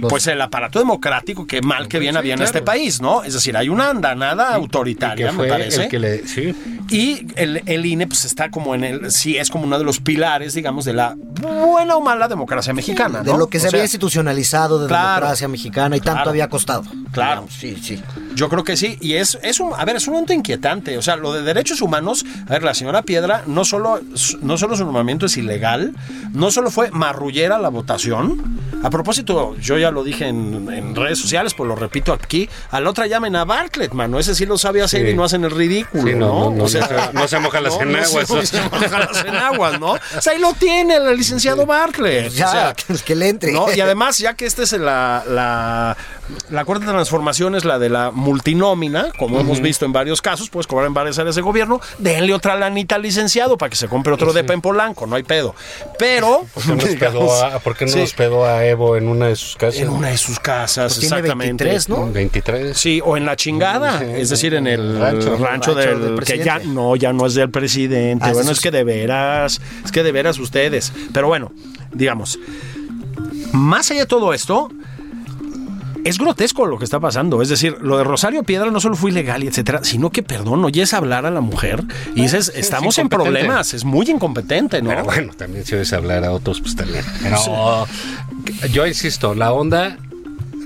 Pues el aparato democrático que mal que bien
Sí,
había en
claro.
este país, ¿no? Es decir, hay una andanada autoritaria,
que
me
fue
parece.
el que le. Sí.
Y el, el INE pues está como en el, sí, es como uno de los pilares, digamos, de la buena o mala democracia mexicana,
De
¿no?
lo que
O
se
sea,
había institucionalizado de
claro.
democracia mexicana y tanto
Claro.
había costado.
Claro.
Sí, sí.
Yo creo que sí, y es, es un, a ver, es un momento inquietante, o sea, lo de derechos humanos, a ver, la señora Piedra, no solo, no solo su nombramiento es ilegal, no solo fue marrullera la votación, a propósito, yo ya lo dije en, en redes sociales, pues lo repito aquí, a la otra llamen a Bartlett, mano, ese sí lo sabe hacer
Sí.
y no hacen el ridículo,
Sí, no, no,
¿no?
no, no se- no se mojan las
no
enaguas,
se-
¿no?
no se mojan las enaguas, ¿no? O sea, ahí lo tiene el licenciado Bartlett.
Ya,
o sea,
que- que le entre.
¿no? Y además, ya que esta es la, la, la cuarta transformación, es la de la multinómina, como hemos visto en varios casos, puedes cobrar en varias áreas de gobierno, denle otra lanita al licenciado para que se compre otro depa en Polanco, no hay pedo. Pero,
¿Por qué no nos
digamos,
pedó a, por qué no
sí,
nos Pues pedó a Evo en una de sus casas?
en una de sus casas,
Tiene
exactamente.
23, ¿no?
23.
Sí, o en la chingada,
Sí,
es decir, en el
rancho,
rancho,
rancho
del,
del
que
presidente.
ya no, ya no es del presidente.
Ah,
bueno,
eso
es
sí.
que de veras, es que de veras ustedes. Pero bueno, digamos, más allá de todo esto, es grotesco lo que está pasando. Es decir, lo de Rosario Piedra no solo fue ilegal y etcétera, sino que, perdón, oyes hablar a la mujer y dices,
sí, es
estamos en
incompetente.
problemas, es muy incompetente, ¿no?
Pero bueno, también si oyes hablar a otros, pues también. Pero yo insisto, la onda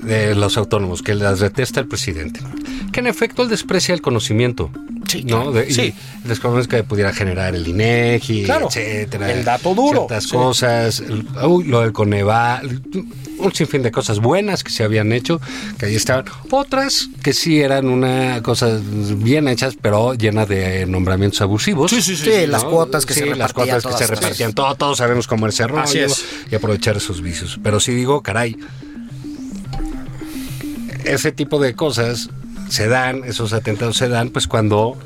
de los autónomos, que las detesta el presidente, que en efecto él desprecia el conocimiento.
Sí,
¿no?
claro.
De- y
Sí.
las cosas que pudiera generar el INEGI,
Claro,
etcétera.
el dato duro,
Ciertas
sí.
cosas, el- uy, lo del Coneval, un sinfín de cosas buenas que se habían hecho, que ahí estaban. Otras que sí eran una cosas bien hechas, pero llenas de nombramientos abusivos.
sí, Sí, sí. las cuotas que se
las
repartían,
cuotas que
todas
se
esas.
repartían. Todo- todos sabemos cómo es ese rollo
Así es.
y aprovechar esos vicios. Pero sí digo, caray, ese tipo de cosas se dan, esos atentados se dan, pues cuando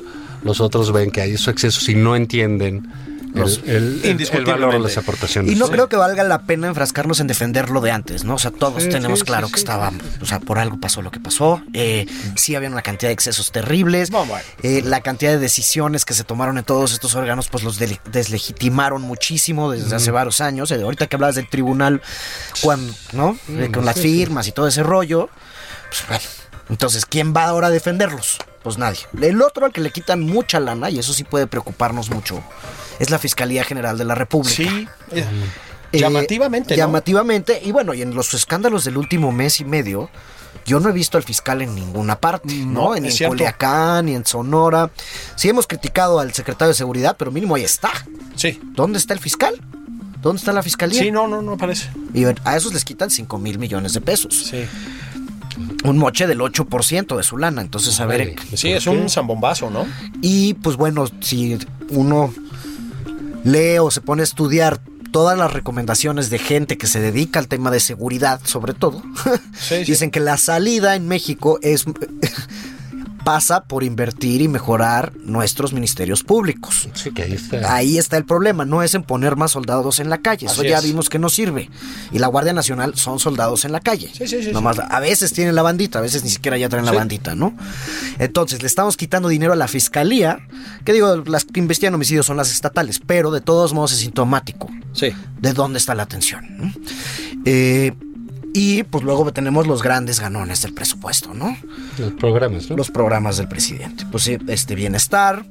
los otros ven que hay esos excesos y no entienden el- el, el- el valor de las
Indiscutiblemente.
aportaciones.
Y no
Sí.
creo que valga la pena enfrascarnos en defender lo de antes, ¿no? O sea, todos
Sí,
tenemos
sí,
claro
sí,
que
sí.
estaba, o sea, por algo pasó lo que pasó. Eh, sí había una cantidad de excesos terribles.
No, bueno.
Eh, la cantidad de decisiones que se tomaron en todos estos órganos, pues los dele- deslegitimaron muchísimo desde hace varios años. Eh, ahorita que hablabas del tribunal, cuando, ¿no? Eh, con las firmas y todo ese rollo. Pues bueno, entonces, ¿quién va ahora a defenderlos? Pues nadie. El otro al que le quitan mucha lana, y eso sí puede preocuparnos mucho, es la Fiscalía General de la República.
Sí. eh,
Eh,
Llamativamente, ¿no?
Llamativamente. Y bueno, y en los escándalos del último mes y medio, yo no he visto al fiscal en ninguna parte, ¿no?
No,
ni
es
en
cierto.
Culiacán, ni en Sonora. Sí hemos criticado al secretario de Seguridad, pero mínimo ahí está.
Sí.
¿Dónde está el fiscal? ¿Dónde está la fiscalía?
Sí, no, no, no parece.
Y a esos les quitan 5 mil millones de pesos.
Sí.
Un moche del 8% de su lana. Entonces, a ver.
Órale.
Sí, es un zambombazo, ¿no?
Y pues bueno, si uno lee o se pone a estudiar todas las recomendaciones de gente que se dedica al tema de seguridad, sobre todo,
Sí, sí.
dicen que la salida en México es pasa por invertir y mejorar nuestros ministerios públicos.
Sí, que ahí está.
Ahí está el problema, no es en poner más soldados en la calle, eso
Así
ya
es.
vimos que no sirve. Y la Guardia Nacional son soldados en la calle.
Sí, sí, sí,
Nomás la- a veces tienen la bandita, a veces ni siquiera ya traen la bandita, ¿no? Entonces, le estamos quitando dinero a la fiscalía, que digo, las que investigan homicidios son las estatales, pero de todos modos es sintomático
Sí.
de dónde está la atención. ¿no? Eh, y pues luego tenemos los grandes ganones del presupuesto, ¿no?
Los programas, ¿no?
Los programas del presidente. Pues sí, este bienestar,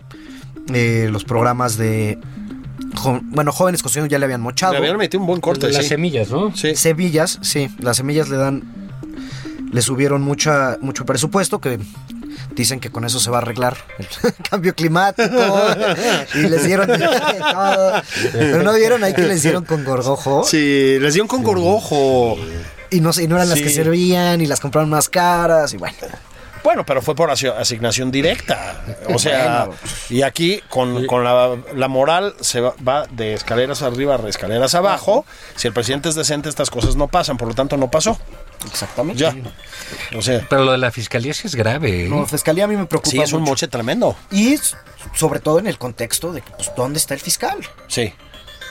eh, los programas de. jo- bueno, jóvenes cocineros ya le habían mochado.
Le habían metido un buen corte,
Las
sí.
semillas, ¿no?
Sí.
Semillas, sí, las semillas le dan. Le subieron mucha, mucho presupuesto que dicen que con eso se va a arreglar el cambio climático. y les dieron. todo. Pero no vieron ahí que les dieron con gorgojo.
Sí, les dieron con gorgojo.
Y, no, se- y no eran las
Sí.
que servían y las compraron más caras. Y bueno,
Bueno, pero fue por asio- asignación directa. O sea,
Bueno.
y aquí con, con la, la moral se va, va de escaleras arriba a escaleras abajo. Si el presidente es decente, estas cosas no pasan, por lo tanto no pasó.
exactamente.
Ya. O sea,
Pero lo de la fiscalía sí es grave. ¿eh?
No, fiscalía a mí me preocupa.
sí es un
mucho.
moche tremendo.
Y s- sobre todo en el contexto de que, pues, ¿dónde está el fiscal?
Sí.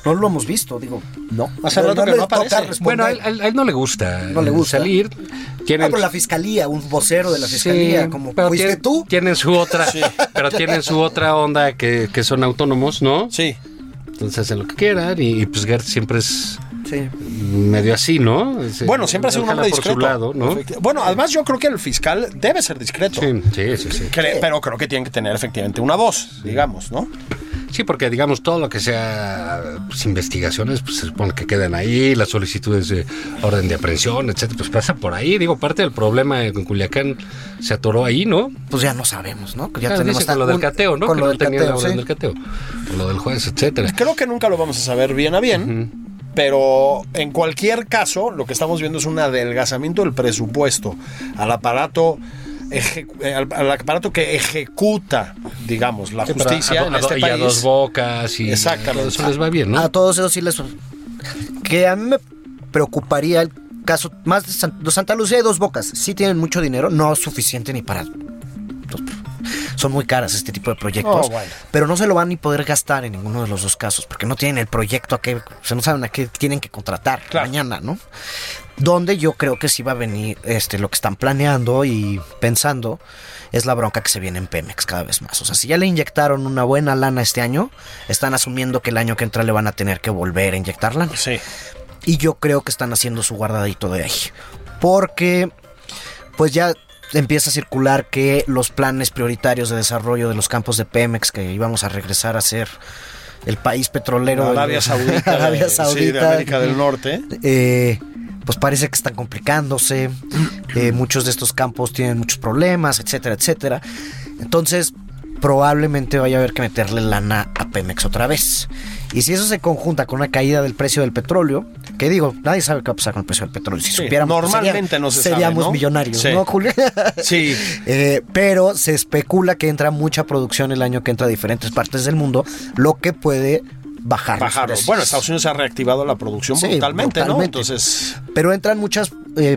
No lo hemos visto, digo.
No, hace rato que
le
no
toca
aparece.
responder.
Bueno, a él, a él- a él no le gusta,
No le gusta.
salir. Tiene
Ah, pero la fiscalía, un vocero de la fiscalía,
Sí,
como
pero
fuiste
tienen-
tú.
Tienen su otra, pero tienen su otra onda que, que son autónomos, ¿no?
Sí.
Entonces hacen lo que quieran y, y, pues Gert siempre es
Sí.
medio así, ¿no? Es- eh,
Bueno, siempre ha sido un
jala
hombre
por
discreto.
su lado, ¿no?
Efecti- Bueno, además yo creo que el fiscal debe ser discreto.
Sí, sí, sí, sí.
Cre- pero creo que tiene que tener efectivamente una voz, digamos, ¿no?
Sí, porque digamos todo lo que sea pues, investigaciones, pues se supone que quedan ahí, las solicitudes de orden de aprehensión, etcétera, pues pasa por ahí. Digo, parte del problema en Culiacán se atoró ahí, ¿no?
Pues ya no sabemos, ¿no? Que ya
Claro,
tenemos
dice con lo
tan-
del cateo, ¿no?
Con
Que
lo
no
del
tenían la
cateo,
orden
sí.
del cateo, con lo del juez, etcétera.
Creo que nunca lo vamos a saber bien a bien, pero en cualquier caso, lo que estamos viendo es un adelgazamiento del presupuesto al aparato. ejecu- eh, Al, al aparato que ejecuta, digamos, la
Sí, pero
justicia
a- a-
en este
y a
país.
dos bocas y
Exactamente. Ah,
todo eso les va bien, ¿no?
A todos esos sí les... Que a mí me preocuparía el caso más de, San- de Santa Lucía y Dos Bocas. Sí tienen mucho dinero, no suficiente ni para... pues, Son muy caras este tipo de proyectos,
Oh, bueno.
pero no se lo van ni poder gastar en ninguno de los dos casos, porque no tienen el proyecto a que, o sea, no saben a qué tienen que contratar
Claro.
mañana, ¿no? Donde yo creo que sí va a venir este, lo que están planeando y pensando es la bronca que se viene en Pemex cada vez más. O sea, si ya le inyectaron una buena lana este año, están asumiendo que el año que entra le van a tener que volver a inyectar lana.
Sí,
Y yo creo que están haciendo su guardadito de ahí. Porque, pues ya empieza a circular que los planes prioritarios de desarrollo de los campos de Pemex, que íbamos a regresar a ser el país petrolero.
Arabia Saudita,
Arabia
de- sí,
Saudita.
de América del Norte.
Eh, pues parece que están complicándose. eh, muchos de estos campos tienen muchos problemas, etcétera, etcétera. Entonces, probablemente vaya a haber que meterle lana a Pemex otra vez. Y si eso se conjunta con una caída del precio del petróleo, que digo, nadie sabe qué va a pasar con el precio del petróleo. Si
Sí,
supiéramos, pues,
normalmente
sería-
no se sabe,
seríamos
¿no?
millonarios,
Sí.
¿no, Julio?
Sí,
Eh, pero se especula que entra mucha producción el año que entra a diferentes partes del mundo, lo que puede bajar. los
bajaron.
precios.
Bueno, Estados Unidos ha reactivado la producción
Sí,
brutalmente, ¿no?
brutalmente.
Entonces,
pero entran muchos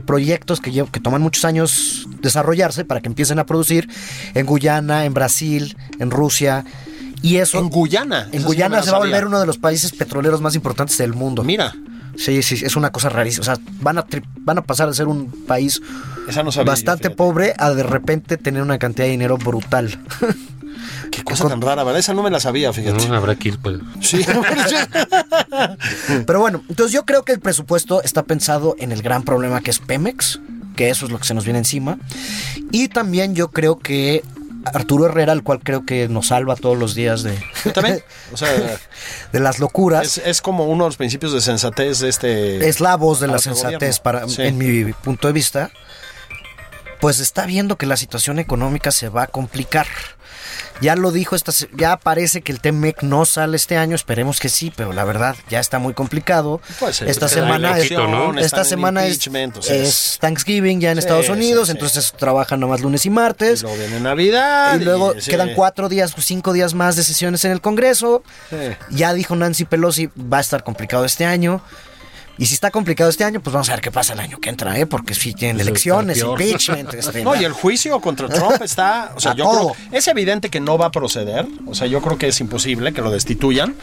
proyectos que, lle- que toman muchos años desarrollarse para que empiecen a producir en Guyana, en Brasil, en Rusia. Y eso.
en Guyana.
en Guyana se va a volver uno de los países petroleros más importantes del mundo.
Mira,
Sí, sí, es una cosa rarísima. O sea, van a, tri- van a pasar de ser un país
esa no sabía yo,
bastante
fíjate.
pobre a de repente tener una cantidad de dinero brutal.
Qué cosa tan rara, ¿verdad? Esa no me la sabía, fíjate.
No, habrá que ir pues. por-
Sí.
Pero bueno, entonces yo creo que el presupuesto está pensado en el gran problema que es Pemex, que eso es lo que se nos viene encima. Y también yo creo que Arturo Herrera, al cual creo que nos salva todos los días de,
Yo también. O sea,
de las locuras,
es,
es,
es como uno de los principios de sensatez de este.
la voz de la
Para su
sensatez
gobierno.
para,
Sí.
en mi punto de vista, pues está viendo que la situación económica se va a complicar. Ya lo dijo, esta, se- ya parece que el TEMEC no sale este año, esperemos que sí, pero la verdad ya está muy complicado.
Puede ser,
esta
porque hay
semana es,
loquito, ¿no?
elecciones,
Esta
están en
semana es,
impeachment, o sea,
es Thanksgiving ya en
Sí,
Estados
sí,
Unidos,
sí.
entonces trabajan nada más lunes y
y
martes. Ah,
luego viene Navidad.
Y luego
sí.
quedan cuatro días, cinco días más de sesiones en el Congreso.
Sí.
Ya dijo Nancy Pelosi, va a estar complicado este año. Y si está complicado este año, pues vamos a ver qué pasa el año que entra, ¿eh? Porque si tienen
Eso está
elecciones,
peor.
impeachment, este,
No, y el juicio contra Trump está. O sea,
A
yo
todo.
creo. Es evidente que no va a proceder. O sea, yo creo que es imposible que lo destituyan.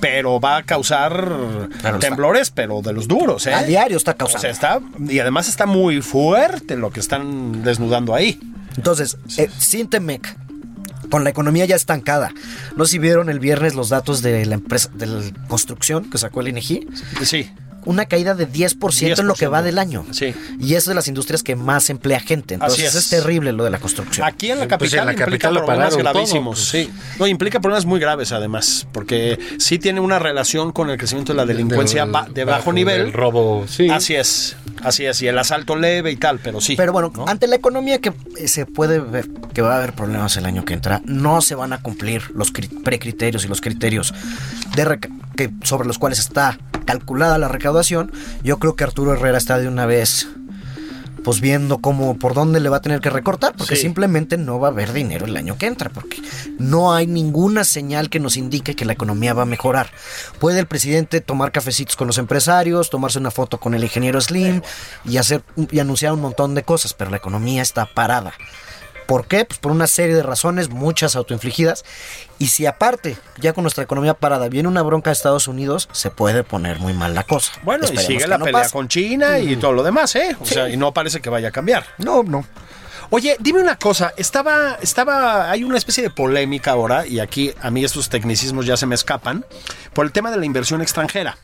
Pero va a causar
Claro, está.
temblores, pero de los duros, ¿eh?
a diario está
O
causando.
sea, está. Y además está muy fuerte lo que están desnudando ahí.
Entonces, eh, sin Temec, con la economía ya estancada, E no sé si vieron el viernes los datos de la empresa de la construcción que sacó el INEGI.
Sí.
una caída de 10%, en lo que
10%.
va del año.
Sí.
Y es de las industrias que más emplea gente. Entonces
Así es.
es terrible lo de la construcción.
Aquí en la
Pues
capital
en la
implica
capital lo
problemas
pararon todo,
gravísimos.
pues.
Sí. No, implica problemas muy graves además, porque sí tiene una relación con el crecimiento de la delincuencia
Del
ba- de bajo, nivel.
El robo, sí.
Así es, así es, y el asalto leve y tal, pero sí.
Pero bueno,
¿no?
ante la economía que eh, se puede ver que va a haber problemas el año que entra, no se van a cumplir los cri- precriterios y los criterios de reca- que, sobre los cuales está calculada la recaudación. Yo creo que Arturo Herrera está de una vez pues viendo cómo por dónde le va a tener que recortar, porque
Sí.
simplemente no va a haber dinero el año que entra, porque no hay ninguna señal que nos indique que la economía va a mejorar. Puede el presidente tomar cafecitos con los empresarios, tomarse una foto con el ingeniero Slim y hacer y anunciar un montón de cosas, pero la economía está parada. ¿Por qué? Pues por una serie de razones, muchas autoinfligidas. Y si aparte, ya con nuestra economía parada, viene una bronca de Estados Unidos, se puede poner muy mal la cosa.
Bueno, y
Esperemos
sigue
que
la
no
pelea
pase.
con China y todo lo demás, ¿eh? O sea, y no parece que vaya a cambiar.
No, no.
Oye, dime una cosa, estaba, estaba, hay una especie de polémica ahora, y aquí a mí estos tecnicismos ya se me escapan, por el tema de la inversión extranjera.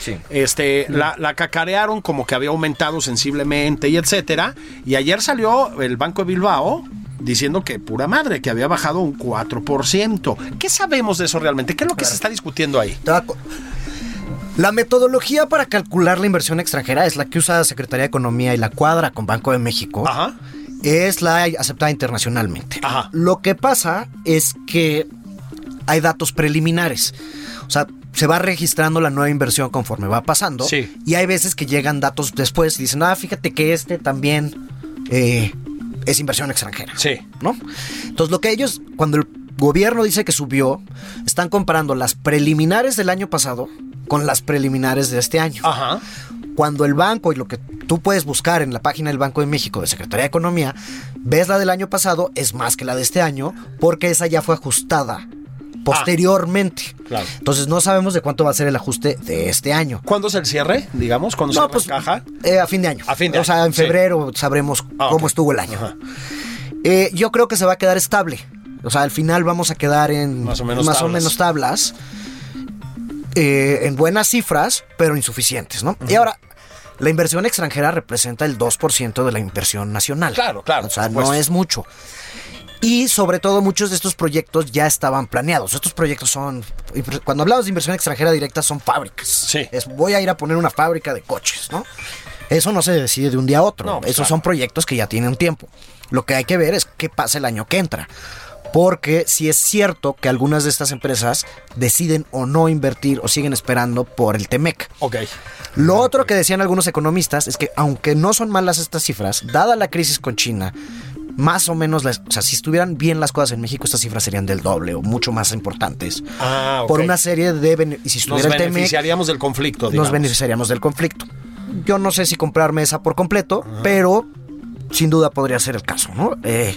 Sí.
Este, la, la cacarearon como que había aumentado sensiblemente y etcétera. Y ayer salió el Banco de Bilbao diciendo que pura madre, que había bajado un 4%. ¿Qué sabemos de eso realmente? ¿Qué es lo que se está discutiendo ahí?
Te va a co- La metodología para calcular la inversión extranjera es la que usa la Secretaría de Economía y la cuadra con Banco de México.
Ajá.
Es la aceptada internacionalmente.
Ajá.
Lo que pasa es que hay datos preliminares. O sea, se va registrando la nueva inversión conforme va pasando.
Sí.
Y hay veces que llegan datos después y dicen, ah, fíjate que este también eh, es inversión extranjera.
Sí.
¿no? Entonces, lo que ellos, cuando el gobierno dice que subió, están comparando las preliminares del año pasado con las preliminares de este año.
Ajá.
Cuando el banco y lo que tú puedes buscar en la página del Banco de México de Secretaría de Economía, ves la del año pasado, es más que la de este año, porque esa ya fue ajustada posteriormente.
Ah. claro.
Entonces, no sabemos de cuánto va a ser el ajuste de este año.
¿Cuándo es el cierre? Digamos, cuando se
No, pues
caja.
eh, a fin de año.
A fin de
O sea,
año,
en
sí.
febrero sabremos
Ah,
cómo
ok.
estuvo el año.
Ajá.
Eh, yo creo que se va a quedar estable. O sea, al final vamos a quedar en
Más o menos tablas.
menos tablas, eh, en buenas cifras, pero insuficientes, ¿no? Y ahora, la inversión extranjera representa el 2% de la inversión nacional.
Claro, claro,
O sea,
por supuesto.
no es mucho. Y sobre todo muchos de estos proyectos ya estaban planeados. Estos proyectos son, cuando hablamos de inversión extranjera directa, son fábricas.
Sí.
Es, voy a ir a poner una fábrica de coches, ¿no? Eso no se decide de un día a otro.
No, pues,
Esos
claro.
son proyectos que ya tienen tiempo. Lo que hay que ver es qué pasa el año que entra. Porque si es cierto que algunas de estas empresas deciden o no invertir o siguen esperando por el TEMEC.
Ok.
Lo otro que decían algunos economistas es que aunque no son malas estas cifras, dada la crisis con China, más o menos, las, o sea, si estuvieran bien las cosas en México, estas cifras serían del doble o mucho más importantes.
Ah, ok.
Por una serie de... bene- Y si
Nos
estuviera el E TEMEC,
beneficiaríamos del conflicto, digamos.
nos beneficiaríamos del conflicto. Yo no sé si comprarme esa por completo, pero sin duda podría ser el caso, ¿no? Eh,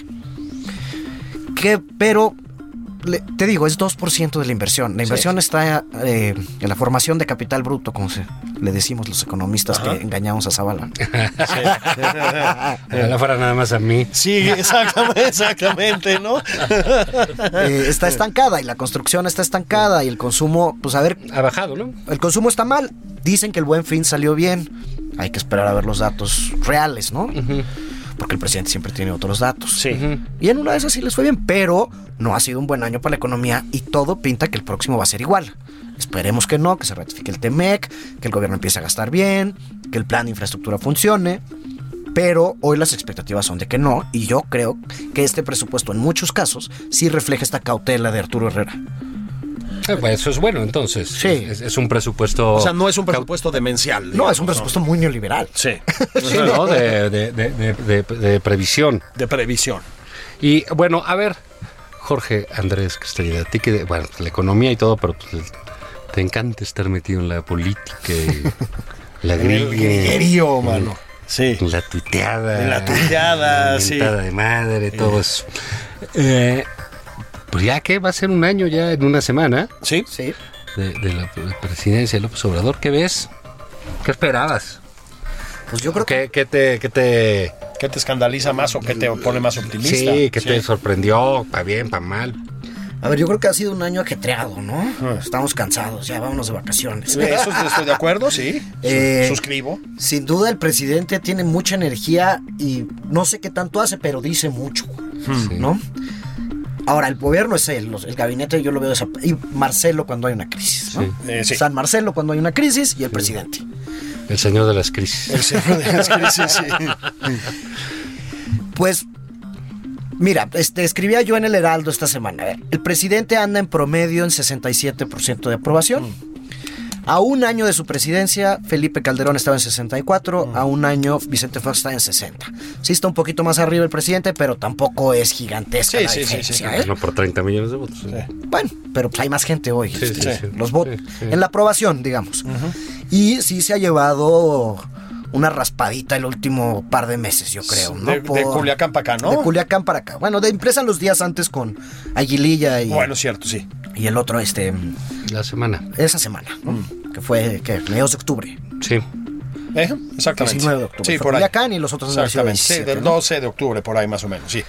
que, pero le- te digo, es 2% de la inversión. La inversión está eh, en la formación de capital bruto, como se, le decimos los economistas que engañamos a Zavala.
Ojalá fuera nada más a mí.
Sí, exactamente, exactamente, ¿no?
Eh, está estancada y la construcción está estancada y el consumo, pues a ver,
Ha bajado, ¿no?
el consumo está mal. Dicen que el buen fin salió bien. Hay que esperar a ver los datos reales, ¿no? Porque el presidente siempre tiene otros datos.
Sí.
Y en una de esas sí les fue bien, pero no ha sido un buen año para la economía y todo pinta que el próximo va a ser igual. Esperemos que no, que se ratifique el TEMEC, que el gobierno empiece a gastar bien, que el plan de infraestructura funcione. Pero hoy las expectativas son de que no, y yo creo que este presupuesto en muchos casos sí refleja esta cautela de Arturo Herrera.
Ah, pues eso es bueno, entonces.
Sí.
Es, es un presupuesto.
O sea, no es un presupuesto demencial.
No,
digamos,
es un presupuesto muy neoliberal.
Sí.
Sí, pues, ¿no? de, de- de- de- de- de previsión.
De previsión.
Y bueno, a ver, Jorge Andrés Castellera, a ti que, bueno, la economía y todo, pero pues, te encanta estar metido en la política, y la grilla,
Grillerío, mano. Sí.
la tuiteada,
En la tuiteada,
la
sí.
mentada de madre, todo eso. Eh, pues ya que va a ser un año ya en una semana
Sí.
Sí.
de, de la presidencia de López Obrador, ¿qué ves? ¿Qué esperabas?
Pues yo creo que
¿Qué, qué te, qué te,
¿Qué te escandaliza más o qué te pone más optimista?
sí, qué te sorprendió? ¿Para bien, para mal?
A ver, yo creo que ha sido un año ajetreado, ¿no? Estamos cansados, ya vámonos de vacaciones.
Eso estoy de acuerdo, sí.
Eh,
Suscribo.
Sin duda el presidente tiene mucha energía y no sé qué tanto hace, pero dice mucho, ¿no? Ahora, el gobierno es él, los- el gabinete yo lo veo desap- y Marcelo cuando hay una crisis, ¿no?
Eh, sí.
San Marcelo cuando hay una crisis y el presidente.
El señor de las crisis.
El señor de las crisis, sí.
Pues, mira, este, escribía yo en el Heraldo esta semana. A ver, el presidente anda en promedio en 67% de aprobación. A un año de su presidencia, Felipe Calderón estaba en 64, a un año Vicente Fox está en 60. Sí está un poquito más arriba el presidente, pero tampoco es gigantesca
Sí,
la
sí, sí, sí,
diferencia,
sí.
¿eh?
No por 30 millones de votos.
Bueno, pero pues hay más gente hoy. este,
Sí, sí, sí.
Los votos.
Sí, sí.
En la aprobación, digamos. Y sí se ha llevado una raspadita el último par de meses, yo creo. ¿no?
De- de Culiacán para acá, ¿no?
De Culiacán para acá. Bueno, de empresa los días antes con Aguililla y,
Bueno, cierto, sí.
y el otro, este,
La semana.
esa semana, ¿no? que fue, que mediados de octubre.
Sí.
¿Eh? Exactamente.
19 de octubre.
Sí,
Fue
por ahí.
Culiacán y los otros en la ciudad
Exactamente. Sí,
17,
del
¿no?
12 de octubre, por ahí más o menos, sí.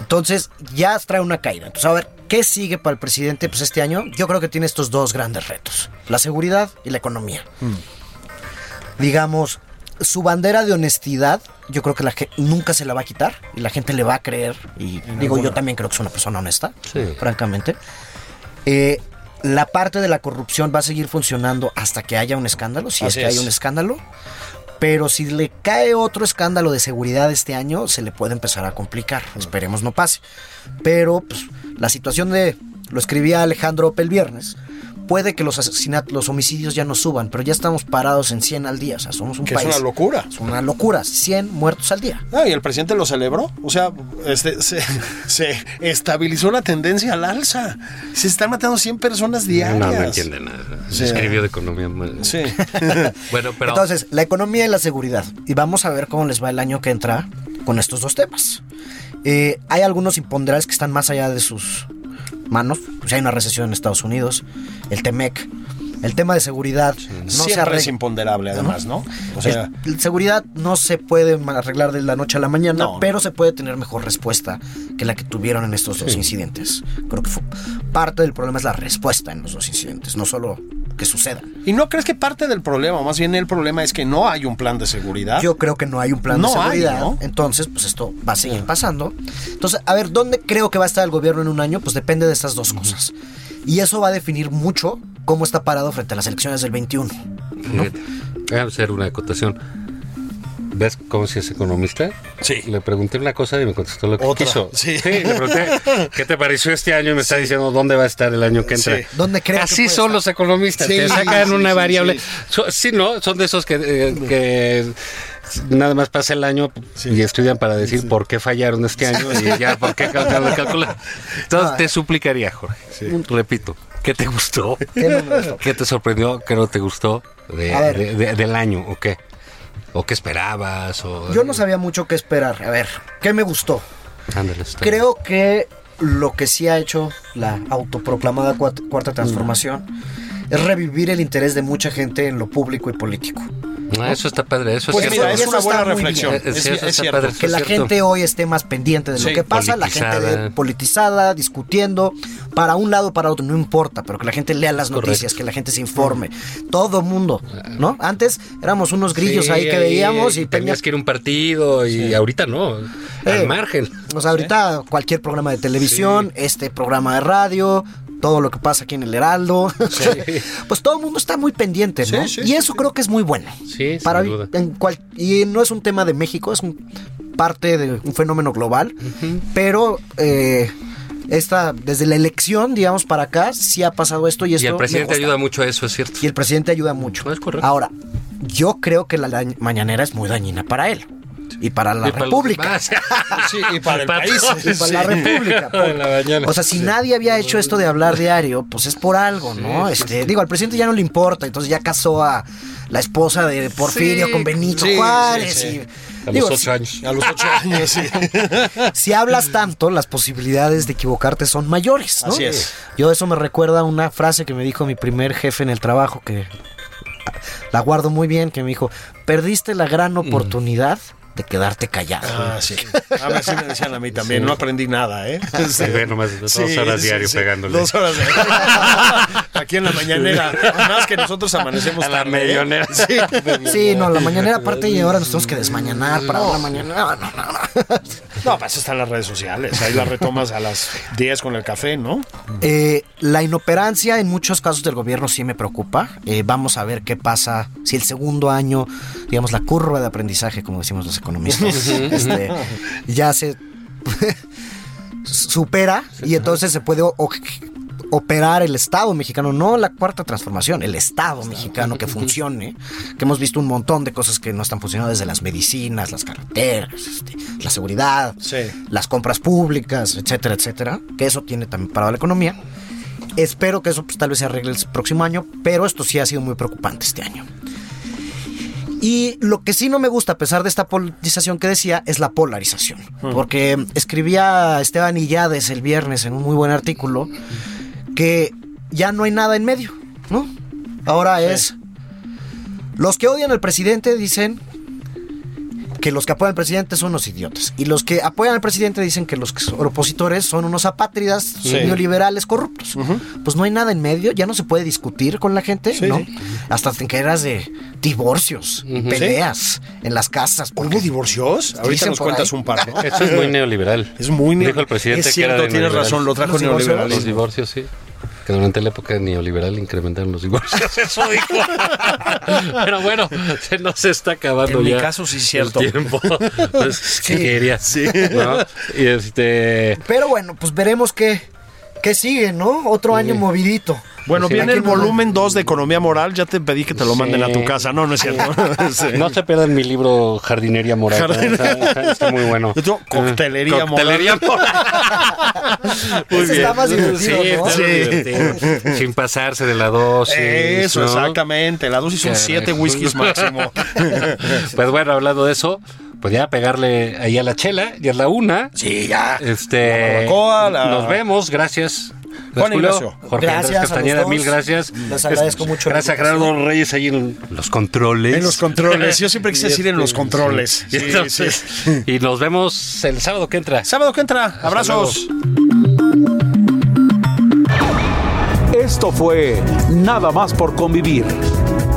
Entonces, ya trae una caída. Entonces, a ver, ¿qué sigue para el presidente pues, este año? Yo creo que tiene estos dos grandes retos, la seguridad y la economía.
Mm.
Digamos, su bandera de honestidad, yo creo que la ge- nunca se la va a quitar y la gente le va a creer. Y digo, yo también creo que es una persona honesta,
Sí.
francamente. Eh, la parte de la corrupción va a seguir funcionando hasta que haya un escándalo, si
Así
es que
es.
hay un escándalo. Pero si le cae otro escándalo de seguridad este año, se le puede empezar a complicar.
Mm.
Esperemos no pase. Pero pues, la situación de, lo escribía Alejandro Opel el viernes, puede que los asesinatos, los homicidios ya no suban, pero ya estamos parados en 100 al día. O sea, somos un
Que
país.
es una locura.
Es una locura. 100 muertos al día.
Ah, y el presidente lo celebró. O sea, este, se, se estabilizó la tendencia al alza. Se están matando 100 personas diarias.
No, no entiende nada. Se
Sí.
escribió de economía.
Sí.
Bueno, pero.
Entonces, la economía y la seguridad. Y vamos a ver cómo les va el año que entra con estos dos temas. Eh, hay algunos imponderables que están más allá de sus manos. Pues hay una recesión en Estados Unidos, el TEMEC, el tema de seguridad. No se
Siempre es
arregla.
imponderable, además, ¿no? O sea,
El- seguridad no se puede ma- arreglar de la noche a la mañana,
No.
pero se puede tener mejor respuesta que la que tuvieron en estos dos incidentes. Creo que fue- parte del problema es la respuesta en los dos incidentes, no solo que suceda.
¿y no crees que parte del problema, o más bien el problema es que no hay un plan de seguridad?
Yo creo que no hay un plan
¿Ah? No
de
hay,
seguridad.
¿no?
Entonces, pues esto va a seguir pasando. Entonces, a ver, ¿dónde creo que va a estar el gobierno en un año? Pues depende de estas dos cosas. Y eso va a definir mucho cómo está parado frente a las elecciones del 21.
Fíjate, Ah, Voy a hacer una acotación. ¿Ves cómo si es economista?
Sí.
Le pregunté una cosa y me contestó lo que
Otra,
quiso.
sí.
le pregunté, ¿qué te pareció este año? Y me está diciendo dónde va a estar el año que entra.
Sí.
¿Dónde crees que
Así
puede
son
estar?
los economistas, te
Sí,
sacan
sí,
una
sí,
variable.
sí.
So- Sí, ¿no? Son de esos que, eh, que nada más pasa el año y estudian para decir por qué fallaron este año y ya por qué cal- cal- calcular. Entonces te suplicaría, Jorge, repito, ¿qué te gustó?
¿Qué no me gustó?
¿Qué te sorprendió? ¿Qué no te gustó de-
A ver.
de- de- del año o qué? ¿O qué esperabas? O,
Yo no sabía mucho qué esperar. A ver, ¿qué me gustó?
Ándale, está.
Creo que lo que sí ha hecho la autoproclamada cuat- cuarta transformación es revivir el interés de mucha gente en lo público y político.
No, eso está padre, eso
Pues
es
mira,
cierto.
es
eso
una
está
buena
muy bien.
reflexión.
Eh,
Es,
sí, eso
es
está
cierto.
padre.
que la
es cierto.
gente hoy esté más pendiente de
Sí,
lo que pasa, la gente
politizada.
de- politizada, discutiendo, para un lado, para otro, no importa, pero que la gente lea las
Correcto.
noticias, que la gente se informe, todo mundo, ¿no? Antes éramos unos grillos
Sí,
ahí que veíamos y
tenías
tenías
que ir a un partido y ahorita no, al
Eh,
margen.
O sea, ahorita cualquier programa de televisión, este programa de radio, todo lo que pasa aquí en el Heraldo, pues todo el mundo está muy pendiente, ¿no?
Sí, sí,
y eso creo que es muy bueno.
Sí, sin
Para vi-
duda.
en cual- y no es un tema de México, es un parte de un fenómeno global, pero eh, esta desde la elección, digamos, para acá sí ha pasado esto y esto
Y el
me
presidente
gusta.
ayuda mucho a eso, es cierto.
Y el presidente ayuda mucho.
No, es correcto.
Ahora, yo creo que la dañ- mañanera es muy dañina para él y para la
Y para los
República.
demás.
Sí, y para el
Para
país.
todos.
Y para la
Sí.
República.
De la mañana.
O sea, si nadie había hecho esto de hablar diario, pues es por algo, ¿no? Este, digo, al presidente ya no le importa, entonces ya casó a la esposa de Porfirio
Sí.
con Benito
Sí,
Juárez.
sí, sí.
Y,
A
digo,
los
si,
ocho años.
A los ocho años, sí.
si hablas tanto, las posibilidades de equivocarte son mayores, ¿no?
Así es.
Yo eso me recuerda a una frase que me dijo mi primer jefe en el trabajo que la guardo muy bien, que me dijo, perdiste la gran oportunidad de quedarte callado.
Mm. Ah, sí. A ver si me decían a mí también. No aprendí nada, ¿eh?
Sí, ve nomás, dos horas diario pegándole.
Dos horas diario. Aquí en la mañanera. Más que nosotros amanecemos
A la
tarde, ¿eh?
medianera.
Sí.
Sí, no, la mañanera aparte y ahora nos tenemos que desmañanar para la mañanera. No, no, no.
No, para eso están las redes sociales. Ahí las retomas a las 10 con el café, ¿no?
Eh, la inoperancia en muchos casos del gobierno sí me preocupa. Eh, vamos a ver qué pasa si el segundo año, digamos, la curva de aprendizaje, como decimos los economistas, este, ya se supera y entonces se puede o- o- operar el Estado mexicano, no la cuarta transformación, el Estado mexicano que funcione, que hemos visto un montón de cosas que no están funcionando, desde las medicinas, las carreteras, este, la seguridad,
Sí.
las compras públicas, etcétera, etcétera, que eso tiene también parado la economía. Espero que eso pues, tal vez se arregle el próximo año, pero esto sí ha sido muy preocupante este año. Y lo que sí no me gusta, a pesar de esta politización que decía, es la polarización. Porque escribía Esteban Illades el viernes en un muy buen artículo que ya no hay nada en medio, ¿no? Ahora es. Los que odian al presidente dicen que los que apoyan al presidente son unos idiotas. Y los que apoyan al presidente dicen que los que son opositores son unos apátridas, neoliberales corruptos. Pues no hay nada en medio, ya no se puede discutir con la gente, ¿no? Hasta en que eras de divorcios, y peleas en las casas. porque-
¿Hubo divorcios? Ahorita
Dicen
nos
por
cuentas
ahí.
un par, ¿no?
Eso es muy neoliberal.
Es muy
Dijo el presidente
Es
que era
cierto,
de
tienes
neoliberal.
razón, lo trajo
¿Los divorcios?
Los
neoliberalismo.
divorcios, sí. Que durante la época neoliberal incrementaron los divorcios. Eso dijo. Pero bueno, se nos está acabando
En mi
ya
caso sí es cierto.
El tiempo. Pues, ¿Qué querías?
sí.
¿No? Y este.
Pero bueno, pues veremos qué, qué sigue, ¿no? Otro año movidito.
Bueno,
Sí.
viene
Aquí
el
no-
volumen 2 de Economía Moral. Ya te pedí que te lo
Sí.
manden a tu casa. No, no es cierto. Sí.
No se pierdan mi libro Jardinería Moral.
Jardin-
Está, está muy bueno.
Yo tengo coctelería moral.
Coctelería moral. muy
Ese está más divertido,
sí,
¿no?
está muy divertido. Sin pasarse de la dosis.
Eso,
¿no?
exactamente. La dosis son
Carajo.
7 whiskies máximo.
Pues bueno, hablando de eso, pues ya pegarle ahí a la chela, ya es la una.
sí, ya. La
Este,
barbacoa, la-
Nos vemos, gracias.
Juan
Julio,
Ignacio.
Jorge
Gracias
Andrés
a los
Castañeda,
dos.
mil gracias.
Les agradezco mucho la
Gracias a Gerardo Reyes ahí en los controles.
En los controles. Yo siempre quise decir en los controles.
Y,
Sí,
entonces-
sí.
y nos vemos el sábado que entra.
Sábado que entra. Abrazos.
Esto fue Nada más por convivir.